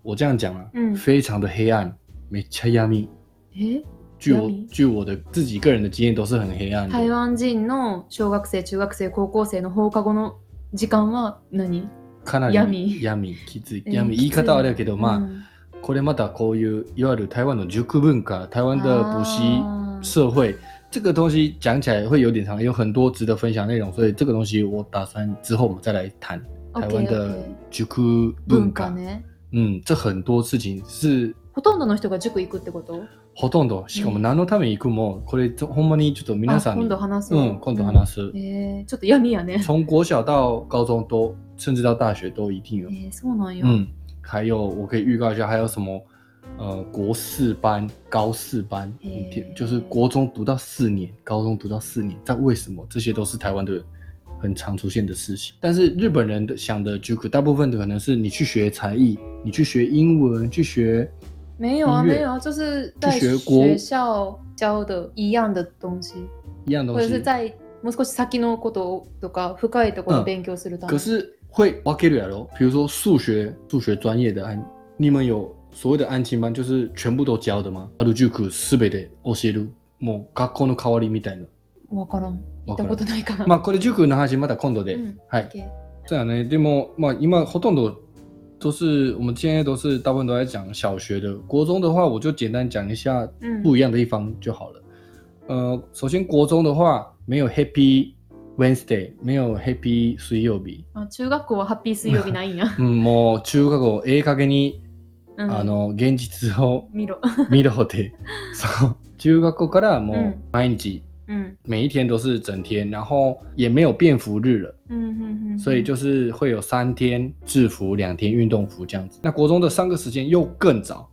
[SPEAKER 1] 我这样讲啊，
[SPEAKER 2] 嗯
[SPEAKER 1] 非常的黑暗，没恰亚米。
[SPEAKER 2] え
[SPEAKER 1] 据我
[SPEAKER 2] 闇
[SPEAKER 1] 据我的自己个人的经验都是很黑暗的。
[SPEAKER 2] 台湾人の小学生中学生高校生の放課後の時間は何
[SPEAKER 1] かなり
[SPEAKER 2] 闇
[SPEAKER 1] 闇きつい
[SPEAKER 2] えー
[SPEAKER 1] 闇
[SPEAKER 2] きつい
[SPEAKER 1] 言い方はあれやけど、まあ、
[SPEAKER 2] うん
[SPEAKER 1] これまたこういういわゆる台湾の塾文化、台湾的
[SPEAKER 2] 哦
[SPEAKER 1] 补习
[SPEAKER 2] あー
[SPEAKER 1] 社会这个东西讲起来会有点长，有很多值得分享内容，所以这个东西我打算之后我们再来谈台湾
[SPEAKER 2] OK,
[SPEAKER 1] 的
[SPEAKER 2] OK
[SPEAKER 1] 塾文
[SPEAKER 2] 文
[SPEAKER 1] 化
[SPEAKER 2] 化。ね
[SPEAKER 1] 嗯，这很多事情是
[SPEAKER 2] ほとんどの人が塾行くってこと
[SPEAKER 1] ほとんどしかも
[SPEAKER 2] うん
[SPEAKER 1] 何のために行くもこれほんまにちょっと皆さ
[SPEAKER 2] あ
[SPEAKER 1] んに
[SPEAKER 2] 今度話す
[SPEAKER 1] 嗯今度話
[SPEAKER 2] す、
[SPEAKER 1] す、
[SPEAKER 2] うんえーちょっと闇やね、
[SPEAKER 1] 从国小到高中都甚至到大学都一定
[SPEAKER 2] え
[SPEAKER 1] 有。
[SPEAKER 2] ー、そうなんや、
[SPEAKER 1] 嗯，还有我可以预告一下，还有什么呃国四班、高四班，
[SPEAKER 2] 嘿
[SPEAKER 1] 你听就是国中读到四年，高中读到四年，但为什么这些都是台湾的很常出现的事情？但是日本人的想的 j u 大部分的可能是你去学才艺，你去学英文，去学
[SPEAKER 2] 没有啊，
[SPEAKER 1] 音乐
[SPEAKER 2] 没有啊，就是在
[SPEAKER 1] 去学国
[SPEAKER 2] 学校教的一样的东西，
[SPEAKER 1] 一样
[SPEAKER 2] 或
[SPEAKER 1] 东
[SPEAKER 2] 者是
[SPEAKER 1] 西。
[SPEAKER 2] 在もう少し先のこととか深いところを勉強するため。
[SPEAKER 1] 可是会 w a k 了咯，比如说数学，数学专业的安，你们有所谓的安亲班，就是全部都教的吗？ある j u すべて教える、もう学校の代わりみたいな。
[SPEAKER 2] わからん。行ったことないから。
[SPEAKER 1] まあこれ塾の話また今度で、
[SPEAKER 2] うん
[SPEAKER 1] はい。
[SPEAKER 2] OK
[SPEAKER 1] 这样呢，でもまあ今ほとんど都是我们今天都是大部分都在讲小学的，国中的话我就简单讲一下
[SPEAKER 2] 嗯
[SPEAKER 1] 不一样的地方就好了。呃，首先国中的话没有 Happy Wednesday，没有 Happy 水曜日。
[SPEAKER 2] あ中学校はハッピー水曜日ないんや。
[SPEAKER 1] 嗯，もう中学校ええ加減に、
[SPEAKER 2] うん
[SPEAKER 1] あの現実を
[SPEAKER 2] 見ろ。
[SPEAKER 1] 見ろ
[SPEAKER 2] [LAUGHS]
[SPEAKER 1] って、そう中学校からもう毎日、
[SPEAKER 2] うん。
[SPEAKER 1] 每一天都是整天，然后也没有便服日了。
[SPEAKER 2] うんうんうん。
[SPEAKER 1] 所以就是会有三天制服、两天运动服这样子。那国中的上课时间又更早，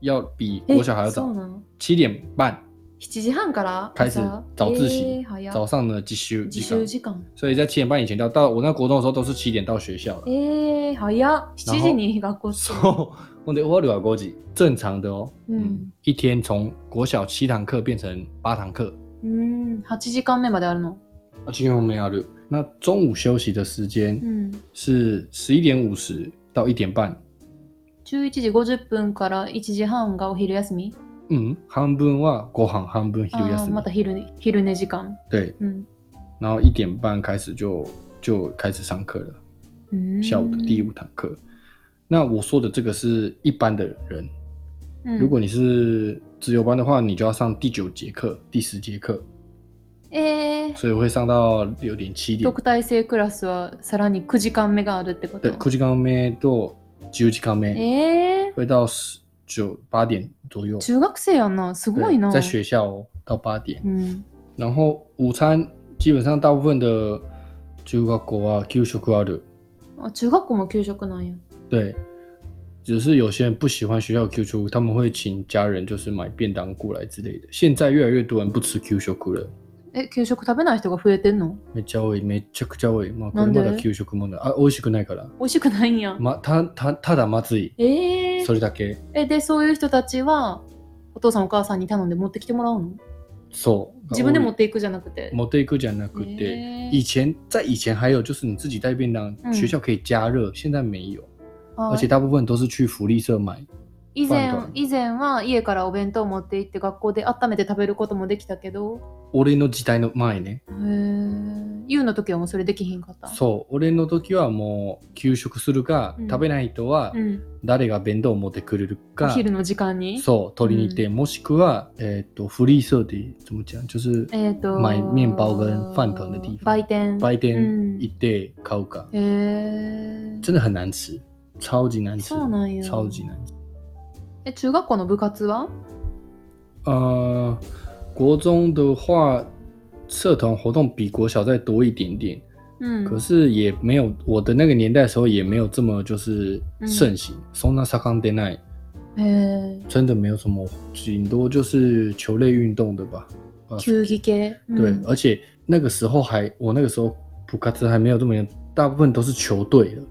[SPEAKER 1] 要比
[SPEAKER 2] え
[SPEAKER 1] 国小还要
[SPEAKER 2] そ
[SPEAKER 1] 早
[SPEAKER 2] う，なの。
[SPEAKER 1] 七点半
[SPEAKER 2] 7時半から
[SPEAKER 1] 開始
[SPEAKER 2] 朝
[SPEAKER 1] 早自習
[SPEAKER 2] えー早
[SPEAKER 1] 早上的自修
[SPEAKER 2] 自
[SPEAKER 1] 机
[SPEAKER 2] 習
[SPEAKER 1] 构，
[SPEAKER 2] 時間。
[SPEAKER 1] 所以在七点半以前到到我那国中的时候都是七点到学校了。
[SPEAKER 2] えー、早っ。7時に学
[SPEAKER 1] [LAUGHS]
[SPEAKER 2] 校着く
[SPEAKER 1] So，我得我留国籍，正常的哦。
[SPEAKER 2] 嗯
[SPEAKER 1] 嗯，一天从国小七堂课变成八堂课。
[SPEAKER 2] うん。8時間目まであるの。
[SPEAKER 1] 啊，今天我们要录。那中午休息的时间
[SPEAKER 2] うん。
[SPEAKER 1] 是十一点五十到一点半。
[SPEAKER 2] 11時50分から1時半がお昼休み。
[SPEAKER 1] 嗯，半分はご飯、半分昼
[SPEAKER 2] あ
[SPEAKER 1] 休
[SPEAKER 2] ー
[SPEAKER 1] み
[SPEAKER 2] ま。た昼寝昼寝時間。
[SPEAKER 1] 对，
[SPEAKER 2] うん。
[SPEAKER 1] 然后一点半开始就就开始上课了，
[SPEAKER 2] うん
[SPEAKER 1] 下午的第五堂课。那我说的这个是一般的人，
[SPEAKER 2] 嗯
[SPEAKER 1] 如果你是自由班的话，你就要上第九节课、第十节课，
[SPEAKER 2] えー、
[SPEAKER 1] 所以会上到六点、七点。
[SPEAKER 2] 特待生クラスはさらに9時間目があるってこ
[SPEAKER 1] 对
[SPEAKER 2] と，
[SPEAKER 1] 9時間目と10時間目
[SPEAKER 2] え
[SPEAKER 1] 会到十九八点左右
[SPEAKER 2] ー、。中学生やんなすごい
[SPEAKER 1] 对
[SPEAKER 2] な
[SPEAKER 1] 在学校哦到八点。
[SPEAKER 2] うん
[SPEAKER 1] 然后午餐基本上大部分的中学校は給食ある。
[SPEAKER 2] あ中学校も給食なんや
[SPEAKER 1] 对，只是有些人不喜欢学校的 Q 出，他们会请家人就是买便当过来之类的。现在越来越多人不吃 Q 食了。
[SPEAKER 2] え給食食べない人が増えてんの
[SPEAKER 1] めっちゃ多い、めちゃくちゃ多い。まあ、こ
[SPEAKER 2] な
[SPEAKER 1] れ
[SPEAKER 2] んで
[SPEAKER 1] まだ給食もない。あ、美味しくないから。
[SPEAKER 2] 美味しくないんや、
[SPEAKER 1] ま、た、た、ただまずい。
[SPEAKER 2] え
[SPEAKER 1] そ
[SPEAKER 2] ー、
[SPEAKER 1] れだけ。
[SPEAKER 2] えでそういう人たちはお父さんお母さんに頼んで持ってきてもらうの
[SPEAKER 1] そう。
[SPEAKER 2] 自分で持
[SPEAKER 1] 多
[SPEAKER 2] っ
[SPEAKER 1] い
[SPEAKER 2] ていくじゃなくて
[SPEAKER 1] 持っていくじゃなくて。
[SPEAKER 2] え
[SPEAKER 1] 以
[SPEAKER 2] ー
[SPEAKER 1] 前在以前还有就是你自己带便当，
[SPEAKER 2] 嗯
[SPEAKER 1] 学校可以加热，现在没有，
[SPEAKER 2] はい
[SPEAKER 1] 而且大部分都是去福利社买。
[SPEAKER 2] 以
[SPEAKER 1] バン
[SPEAKER 2] 前
[SPEAKER 1] ド
[SPEAKER 2] 以前は家からお弁当持って行って学校で温めて食べることもできたけど
[SPEAKER 1] 俺の時代の前ね。
[SPEAKER 2] へえ優の時はもうそれできひんかった
[SPEAKER 1] そう俺の時はもう給食するか、
[SPEAKER 2] うん
[SPEAKER 1] 食べない人は
[SPEAKER 2] ん、
[SPEAKER 1] 誰が弁当を持ってくれる
[SPEAKER 2] お
[SPEAKER 1] か、
[SPEAKER 2] 昼の時間に
[SPEAKER 1] そう取りに行って、もしくはえっ、とフリー社で怎么讲就是
[SPEAKER 2] えっ、と
[SPEAKER 1] 前面包跟饭团的地方
[SPEAKER 2] 売店
[SPEAKER 1] 売店
[SPEAKER 2] うん
[SPEAKER 1] 行って買うか、
[SPEAKER 2] へえ
[SPEAKER 1] 真的很难吃超級難吃
[SPEAKER 2] そうなんや
[SPEAKER 1] 超級難吃
[SPEAKER 2] え中学校の部活は
[SPEAKER 1] 呃国中的话社团活动比国小再多一点点，
[SPEAKER 2] うん
[SPEAKER 1] 可是也没有我的那个年代的时候也没有这么就是
[SPEAKER 2] 嗯
[SPEAKER 1] 盛行。そんな盛んでない。
[SPEAKER 2] へえ
[SPEAKER 1] 真的没有什么，顶多就是球类运动的吧。啊
[SPEAKER 2] 球技系、うん
[SPEAKER 1] 对，而且那个时候还，我那个时候普卡兹还没有这么严，大部分都是球队的。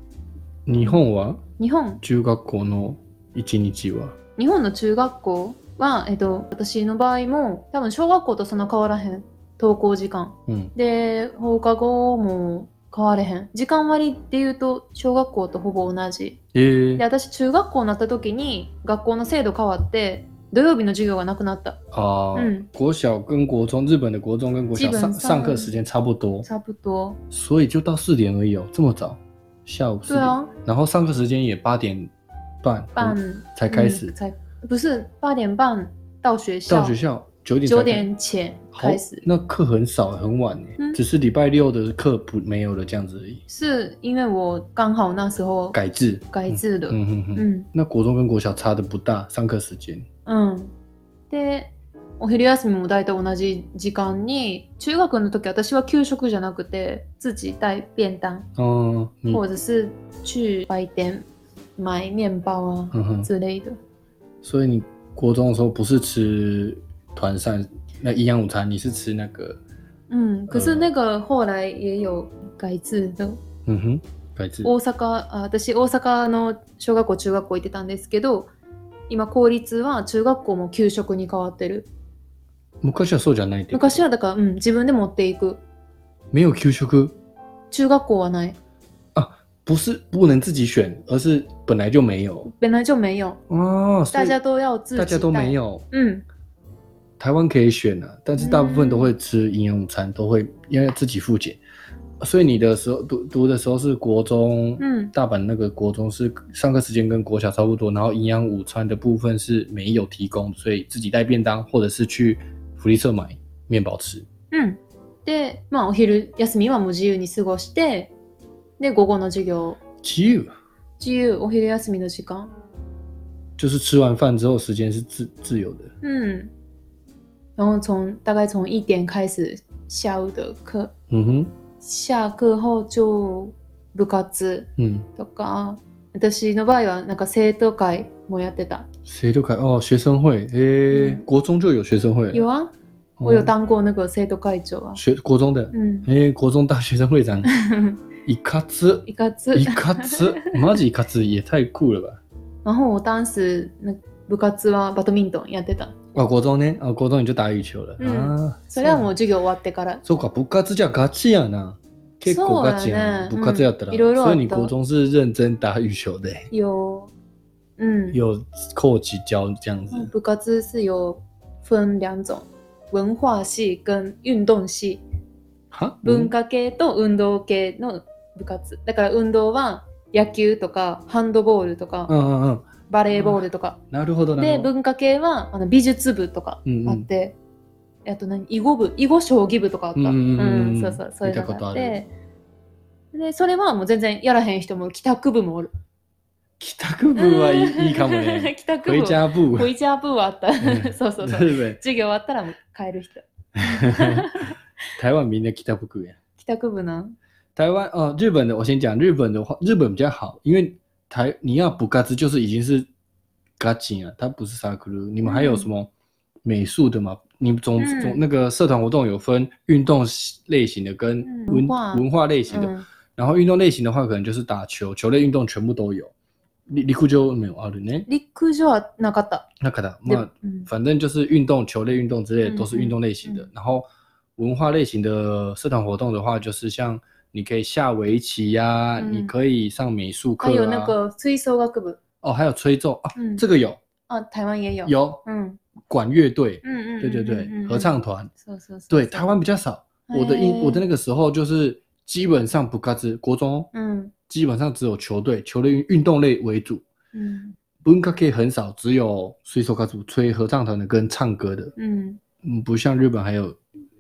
[SPEAKER 1] 日本は
[SPEAKER 2] 日本
[SPEAKER 1] 中学校の一日は
[SPEAKER 2] 日本の中学校は、えっと、私の場合も多分小学校とそんな変わらへん登校時間
[SPEAKER 1] うん
[SPEAKER 2] で放課後も変われへん時間割っていうと小学校とほぼ同じ
[SPEAKER 1] ええ
[SPEAKER 2] で私中学校になった時に学校の制度変わって土曜日の授業がなくなった
[SPEAKER 1] 啊
[SPEAKER 2] 嗯，
[SPEAKER 1] 国小跟国中，日本的国中跟国小
[SPEAKER 2] 基本
[SPEAKER 1] 上
[SPEAKER 2] 上
[SPEAKER 1] 上课时间差不多，
[SPEAKER 2] 差不多
[SPEAKER 1] 所以就到四点而已哦，这么早，下午四
[SPEAKER 2] 对
[SPEAKER 1] 点，
[SPEAKER 2] 啊
[SPEAKER 1] 然后上课时间也八点半，哦
[SPEAKER 2] 半
[SPEAKER 1] 才开始
[SPEAKER 2] 嗯才不是八点半到学校
[SPEAKER 1] 到学校九点才
[SPEAKER 2] 九
[SPEAKER 1] 开
[SPEAKER 2] 点前
[SPEAKER 1] 好
[SPEAKER 2] 开始
[SPEAKER 1] 那课很少很晚耶
[SPEAKER 2] 嗯
[SPEAKER 1] 只是礼拜六的课不没有了这样子而已。
[SPEAKER 2] 是因为我刚好那时候
[SPEAKER 1] 改制，
[SPEAKER 2] 改制的
[SPEAKER 1] 嗯嗯嗯嗯。
[SPEAKER 2] 嗯
[SPEAKER 1] 那国中跟国小差的不大，上课时间。
[SPEAKER 2] うん、でお昼休みも大体同じ時間に中学の時私は給食じゃなくて自己带便当
[SPEAKER 1] 嗯，你
[SPEAKER 2] 或者是去白天买面包啊
[SPEAKER 1] 嗯哼，
[SPEAKER 2] 之类的。
[SPEAKER 1] 所以你国中的时候不是吃团膳那营养午餐，你是吃那个，
[SPEAKER 2] 嗯，可是那个后来也有改制的。
[SPEAKER 1] 嗯哼，改制。
[SPEAKER 2] 大阪あ私大阪の小学校中学校行ってたんですけど今公立は中学校も給食に変わってる
[SPEAKER 1] 昔はそうじゃないってこと。
[SPEAKER 2] 昔はだから、うん、自分で持っていく
[SPEAKER 1] 没有 Q 食，
[SPEAKER 2] 中学校はない
[SPEAKER 1] 不是不能自己选，而是本来就没有。
[SPEAKER 2] 本来就没有
[SPEAKER 1] 哦，所
[SPEAKER 2] 大
[SPEAKER 1] 以
[SPEAKER 2] 家都要自己
[SPEAKER 1] 大家都没
[SPEAKER 2] 带
[SPEAKER 1] 有。
[SPEAKER 2] 嗯，
[SPEAKER 1] 台湾可以选啊，但是大部分都会吃营养午餐，都会因为自己付钱。所以你的时候读读的时候是国中，
[SPEAKER 2] 嗯
[SPEAKER 1] 大阪那个国中是上课时间跟国小差不多，然后营养午餐的部分是没有提供，所以自己带便当或者是去福利社买面包吃。
[SPEAKER 2] うん。で、まあ、お昼休みはもう自由に過ごして、で、午後の授業、
[SPEAKER 1] 自由
[SPEAKER 2] 自由、お昼休みの時間。
[SPEAKER 1] 就是吃完饭之后时间是自自由的。
[SPEAKER 2] うん。然后从大概从一点开始下午的课，
[SPEAKER 1] 嗯哼，
[SPEAKER 2] 下课后就部活
[SPEAKER 1] 嗯，
[SPEAKER 2] とか、私の場合はなんか生徒会もやってた。
[SPEAKER 1] 谁都改哦，学生会，诶、
[SPEAKER 2] 嗯
[SPEAKER 1] 国中就有学生会了，
[SPEAKER 2] 有啊，
[SPEAKER 1] 哦
[SPEAKER 2] 我有当过那个生徒会長啊。
[SPEAKER 1] 学国中的，
[SPEAKER 2] うん。
[SPEAKER 1] 诶、国中大学生会
[SPEAKER 2] [LAUGHS]
[SPEAKER 1] 长，一卡兹。
[SPEAKER 2] いかつ。
[SPEAKER 1] 一卡兹，马吉卡兹也太酷了吧！
[SPEAKER 2] 然后我当时那部活はバドミントンやってた。
[SPEAKER 1] 啊，国中呢？啊，国中你就打羽球了、
[SPEAKER 2] 嗯
[SPEAKER 1] 啊？
[SPEAKER 2] それはもう授業終わってから
[SPEAKER 1] そうか、部活じゃガチやな。結構ガチやな。
[SPEAKER 2] そうだね
[SPEAKER 1] 部活やったら、
[SPEAKER 2] うんいろいろ
[SPEAKER 1] 所
[SPEAKER 2] あった
[SPEAKER 1] 以你国中是认真打羽球的、
[SPEAKER 2] 有，嗯，
[SPEAKER 1] 有 coach 教这样子。
[SPEAKER 2] 部活是有分两种，文化系跟运动系。
[SPEAKER 1] 哈？
[SPEAKER 2] 文化系と運動系の部活。だから運動は野球とかハンドボールと
[SPEAKER 1] うん
[SPEAKER 2] か、
[SPEAKER 1] うんうん。
[SPEAKER 2] バレーボールとか。
[SPEAKER 1] なるほどな
[SPEAKER 2] で
[SPEAKER 1] るほど。
[SPEAKER 2] 文化系はあの美術部とか
[SPEAKER 1] うんうん
[SPEAKER 2] あって、あと何囲碁部囲碁将棋部とかあった、
[SPEAKER 1] うんうんうんうん
[SPEAKER 2] そうそうそうい
[SPEAKER 1] 見
[SPEAKER 2] うの
[SPEAKER 1] たこと
[SPEAKER 2] があ
[SPEAKER 1] あ
[SPEAKER 2] っ
[SPEAKER 1] る
[SPEAKER 2] てでそれはもう全然やらへん人も帰宅部もおる
[SPEAKER 1] 帰宅部はいいいいかも
[SPEAKER 2] [LAUGHS]
[SPEAKER 1] ね。
[SPEAKER 2] 帰宅
[SPEAKER 1] ウ
[SPEAKER 2] 部
[SPEAKER 1] ェイチャー部。
[SPEAKER 2] ホイチャー部はあった、
[SPEAKER 1] ん
[SPEAKER 2] [LAUGHS] そうそ
[SPEAKER 1] [LAUGHS]
[SPEAKER 2] うそう
[SPEAKER 1] 对不对？
[SPEAKER 2] 授業終わったらもう帰る人
[SPEAKER 1] [LAUGHS] 台湾みんな帰宅部呀。
[SPEAKER 2] 帰宅部なん
[SPEAKER 1] 啊台湾哦，日本的我先讲日本的话，日本比较好，因为台你要补嘎吱就是已经是嘎紧了，它不是沙克鲁。你们还有什么美术的吗？你们总
[SPEAKER 2] 嗯
[SPEAKER 1] 总那个社团活动有分运动类型的跟
[SPEAKER 2] 嗯
[SPEAKER 1] 文、
[SPEAKER 2] 文化
[SPEAKER 1] 文化类型的，
[SPEAKER 2] うん
[SPEAKER 1] 然后运动类型的话可能就是打球，球类运动全部都有。你你库就没有啊？呢？
[SPEAKER 2] 陸上はなかった
[SPEAKER 1] 那可能
[SPEAKER 2] で
[SPEAKER 1] 那
[SPEAKER 2] うん
[SPEAKER 1] 反正就是运动、球类运动之类
[SPEAKER 2] 嗯
[SPEAKER 1] 的都是运动类型的。
[SPEAKER 2] 嗯
[SPEAKER 1] 然后文化类型的社团活动的话，就是像你可以下围棋呀、
[SPEAKER 2] 嗯
[SPEAKER 1] 你可以上美术课
[SPEAKER 2] 还有那
[SPEAKER 1] 啊，
[SPEAKER 2] 个吹奏楽部、
[SPEAKER 1] 哦，还有吹奏啊，
[SPEAKER 2] 嗯，
[SPEAKER 1] 这个有
[SPEAKER 2] 啊台湾也有，
[SPEAKER 1] 有
[SPEAKER 2] 嗯
[SPEAKER 1] 管乐队，
[SPEAKER 2] 嗯嗯，
[SPEAKER 1] 对对对，
[SPEAKER 2] 嗯哎
[SPEAKER 1] 合唱，团，
[SPEAKER 2] そうそうそう，
[SPEAKER 1] 对台湾比较少。我的英我的那个时候就是基本上不嘎吱，国中哦
[SPEAKER 2] 嗯
[SPEAKER 1] 基本上只有球队、球类运运动类为主。
[SPEAKER 2] 嗯
[SPEAKER 1] 文化 K 很少，只有吹奏嘎组吹合唱团的跟唱歌的，
[SPEAKER 2] うん、
[SPEAKER 1] 嗯，不像日本还有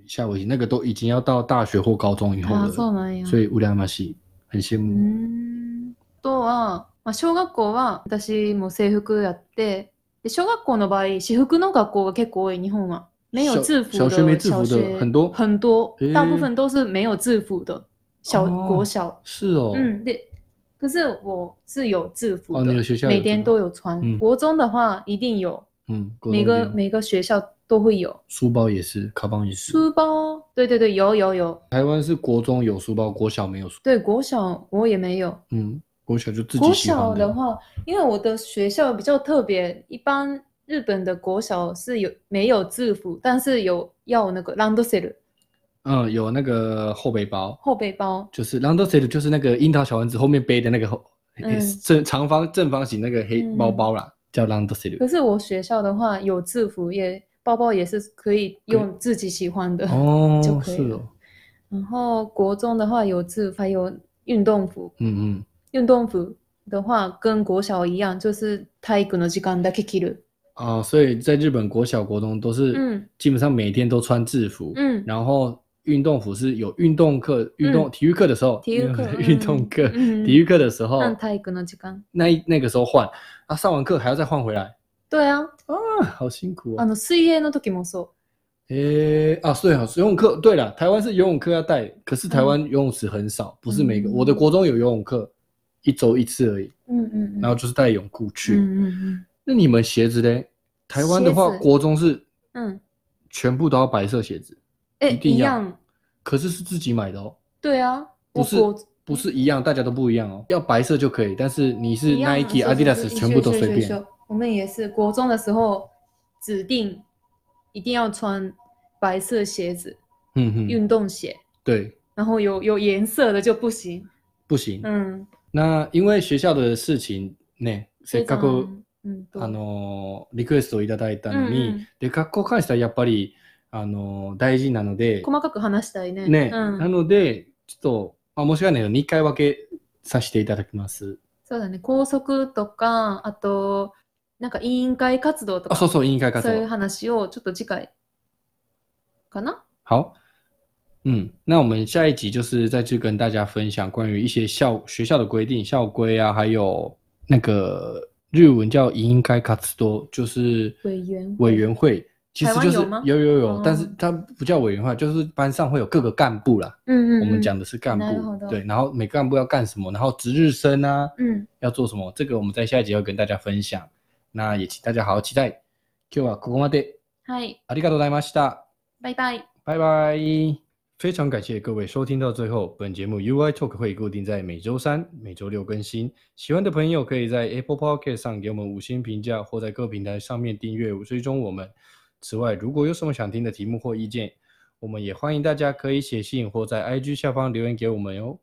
[SPEAKER 1] 下围棋，那个都已经要到大学或高中以后
[SPEAKER 2] あそう
[SPEAKER 1] 了，
[SPEAKER 2] なんや。
[SPEAKER 1] 所以乌拉马西很羡
[SPEAKER 2] うー
[SPEAKER 1] 慕。
[SPEAKER 2] んあとは、まあ、小学校は私も制服やってで小学校の場合私服の学校が結構多い日本は没有
[SPEAKER 1] 小
[SPEAKER 2] 制服
[SPEAKER 1] 小
[SPEAKER 2] 的
[SPEAKER 1] 学没制服的
[SPEAKER 2] 小学
[SPEAKER 1] 很多
[SPEAKER 2] 很多、
[SPEAKER 1] 诶
[SPEAKER 2] 大部分都是没有制服的小、
[SPEAKER 1] 哦
[SPEAKER 2] 国小
[SPEAKER 1] 是哦，
[SPEAKER 2] 嗯，对。可是我是有制服的，
[SPEAKER 1] 哦你有学校有
[SPEAKER 2] 每天
[SPEAKER 1] 制服
[SPEAKER 2] 都有穿。
[SPEAKER 1] 嗯
[SPEAKER 2] 国中的话一定有，
[SPEAKER 1] 嗯，国中
[SPEAKER 2] 每
[SPEAKER 1] 一
[SPEAKER 2] 个
[SPEAKER 1] 定
[SPEAKER 2] 每个学校都会有
[SPEAKER 1] 书包也是，卡邦也是。
[SPEAKER 2] 书包。对对对，有有有。
[SPEAKER 1] 台湾是国中有书包，国小没有书。
[SPEAKER 2] 对，国小我也没有。
[SPEAKER 1] 嗯，国小就自己
[SPEAKER 2] 国
[SPEAKER 1] 喜欢
[SPEAKER 2] 小的
[SPEAKER 1] 的。
[SPEAKER 2] 话，因为我的学校比较特别，一般日本的国小是有没有制服，但是有要那个 l a n d s e l
[SPEAKER 1] 嗯，有那个后背包，
[SPEAKER 2] 后背包。
[SPEAKER 1] 就是 l a n d o s e 就是那个樱桃小丸子后面背的那个后
[SPEAKER 2] 嗯
[SPEAKER 1] 正长方正方形那个黑
[SPEAKER 2] 嗯
[SPEAKER 1] 包包啦，叫 l a n d o s e
[SPEAKER 2] 可是我学校的话有制服也。包包也是可以用自己喜欢的，
[SPEAKER 1] 哦
[SPEAKER 2] 就，可以
[SPEAKER 1] 是
[SPEAKER 2] 了
[SPEAKER 1] 哦，
[SPEAKER 2] 然后国中的话有制服，还有运动服，
[SPEAKER 1] 嗯嗯，
[SPEAKER 2] 运动服的话跟国小一样，就是体育の時間だけ着る。
[SPEAKER 1] 哦，所以在日本国小国中都是
[SPEAKER 2] 嗯
[SPEAKER 1] 基本上每天都穿制服，
[SPEAKER 2] 嗯，
[SPEAKER 1] 然后运动服是有运动课、运动、体育课的时候，
[SPEAKER 2] 体育课
[SPEAKER 1] [LAUGHS] 运动课、
[SPEAKER 2] 嗯
[SPEAKER 1] 体育课的时候，
[SPEAKER 2] 嗯体育の時間。
[SPEAKER 1] 那一那个时候换，啊，上完课还要再换回来，
[SPEAKER 2] 对啊，
[SPEAKER 1] 啊，好辛苦
[SPEAKER 2] あ
[SPEAKER 1] 哦。
[SPEAKER 2] の水泳の時もそ
[SPEAKER 1] 诶、啊，对啊，游泳课，对了，台湾是游泳课要带，可是台湾游泳池很少，不是每个，
[SPEAKER 2] 嗯
[SPEAKER 1] 我的国中有游泳课，一周一次而已，
[SPEAKER 2] う。嗯嗯嗯。
[SPEAKER 1] 然后就是带泳裤去。
[SPEAKER 2] 嗯嗯
[SPEAKER 1] 那你们鞋子嘞？台湾的话
[SPEAKER 2] 鞋，子
[SPEAKER 1] 国中是
[SPEAKER 2] 嗯嗯，
[SPEAKER 1] 全部都要白色鞋子，
[SPEAKER 2] 哎、
[SPEAKER 1] 一定
[SPEAKER 2] 一
[SPEAKER 1] 要
[SPEAKER 2] 样。
[SPEAKER 1] 可是是自己买的哦。
[SPEAKER 2] 对啊，
[SPEAKER 1] 不
[SPEAKER 2] 我
[SPEAKER 1] 是
[SPEAKER 2] 国
[SPEAKER 1] 不是一样，大家都不一样哦。要白色就可以，但是你是
[SPEAKER 2] 一样啊
[SPEAKER 1] Nike、
[SPEAKER 2] 是是
[SPEAKER 1] Adidas
[SPEAKER 2] 是
[SPEAKER 1] 全部都随。
[SPEAKER 2] 是是
[SPEAKER 1] 便。
[SPEAKER 2] 是我们也是国中的时候指定一定要穿白色鞋子，
[SPEAKER 1] 嗯哼，
[SPEAKER 2] 运动鞋，
[SPEAKER 1] 对，
[SPEAKER 2] 然后有有颜色的就不行。
[SPEAKER 1] 不行。
[SPEAKER 2] 嗯，
[SPEAKER 1] 那因为学校的事情呢，せっかく
[SPEAKER 2] 嗯，对
[SPEAKER 1] あのリクエストをいただいたのに、
[SPEAKER 2] うんうん
[SPEAKER 1] で学校関してはやっぱりあの大事なので、
[SPEAKER 2] 細かく話したいね。
[SPEAKER 1] ね、
[SPEAKER 2] うん
[SPEAKER 1] なのでちょっとまあ申し訳ないけど2回分けさせていただきます。
[SPEAKER 2] そうだね、校則とか、あと、なんか委員会活動と
[SPEAKER 1] あ、
[SPEAKER 2] か、
[SPEAKER 1] そうそう委員会活
[SPEAKER 2] そういう
[SPEAKER 1] 動。
[SPEAKER 2] 話をちょっと次回かな
[SPEAKER 1] 好，嗯，那我们下一集就是再去跟大家分享关于一些校学校的规定、校规啊，还有那个日文叫“应该卡兹多”，就是
[SPEAKER 2] 委员会
[SPEAKER 1] 委员会，其实就是
[SPEAKER 2] 台湾有吗
[SPEAKER 1] 有有有
[SPEAKER 2] 哦
[SPEAKER 1] 但是它不叫委员会，就是班上会有各个干部啦。
[SPEAKER 2] うんうん、
[SPEAKER 1] 我们讲的是干
[SPEAKER 2] なるほど
[SPEAKER 1] 部，对，然后每个干部要干什么，然后值日生啊
[SPEAKER 2] うん。
[SPEAKER 1] 要做什么，这个我们在下一集要跟大家分享。那也请大家好好期待。今日はここまで
[SPEAKER 2] はい、
[SPEAKER 1] ありがとうございました。
[SPEAKER 2] バイバイ。
[SPEAKER 1] 拜拜！非常感谢各位收听到最后，本节目 UI Talk 会固定在每周三、每周六更新。喜欢的朋友可以在 Apple Podcast 上给我们五星评价，或在各平台上面订阅、追踪我们。此外，如果有什么想听的题目或意见，我们也欢迎大家可以写信或在 IG 下方留言给我们哦。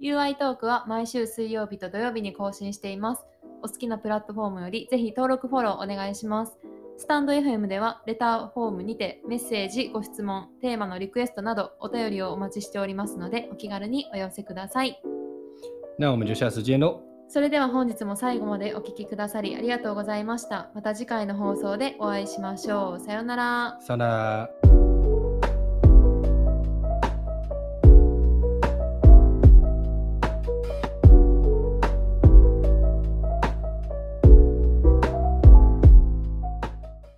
[SPEAKER 2] UI トークは毎週水曜日と土曜日に更新しています。お好きなプラットフォームよりぜひ登録フォローお願いします。スタンド FM ではレターフォームにてメッセージ、ご質問、テーマのリクエストなどお便りをお待ちしておりますのでお気軽にお寄せください。
[SPEAKER 1] 那我们就下次见喽，
[SPEAKER 2] それでは本日も最後までお聞きくださりありがとうございました。また次回の放送でお会いしましょう。さようなら。
[SPEAKER 1] さよなら。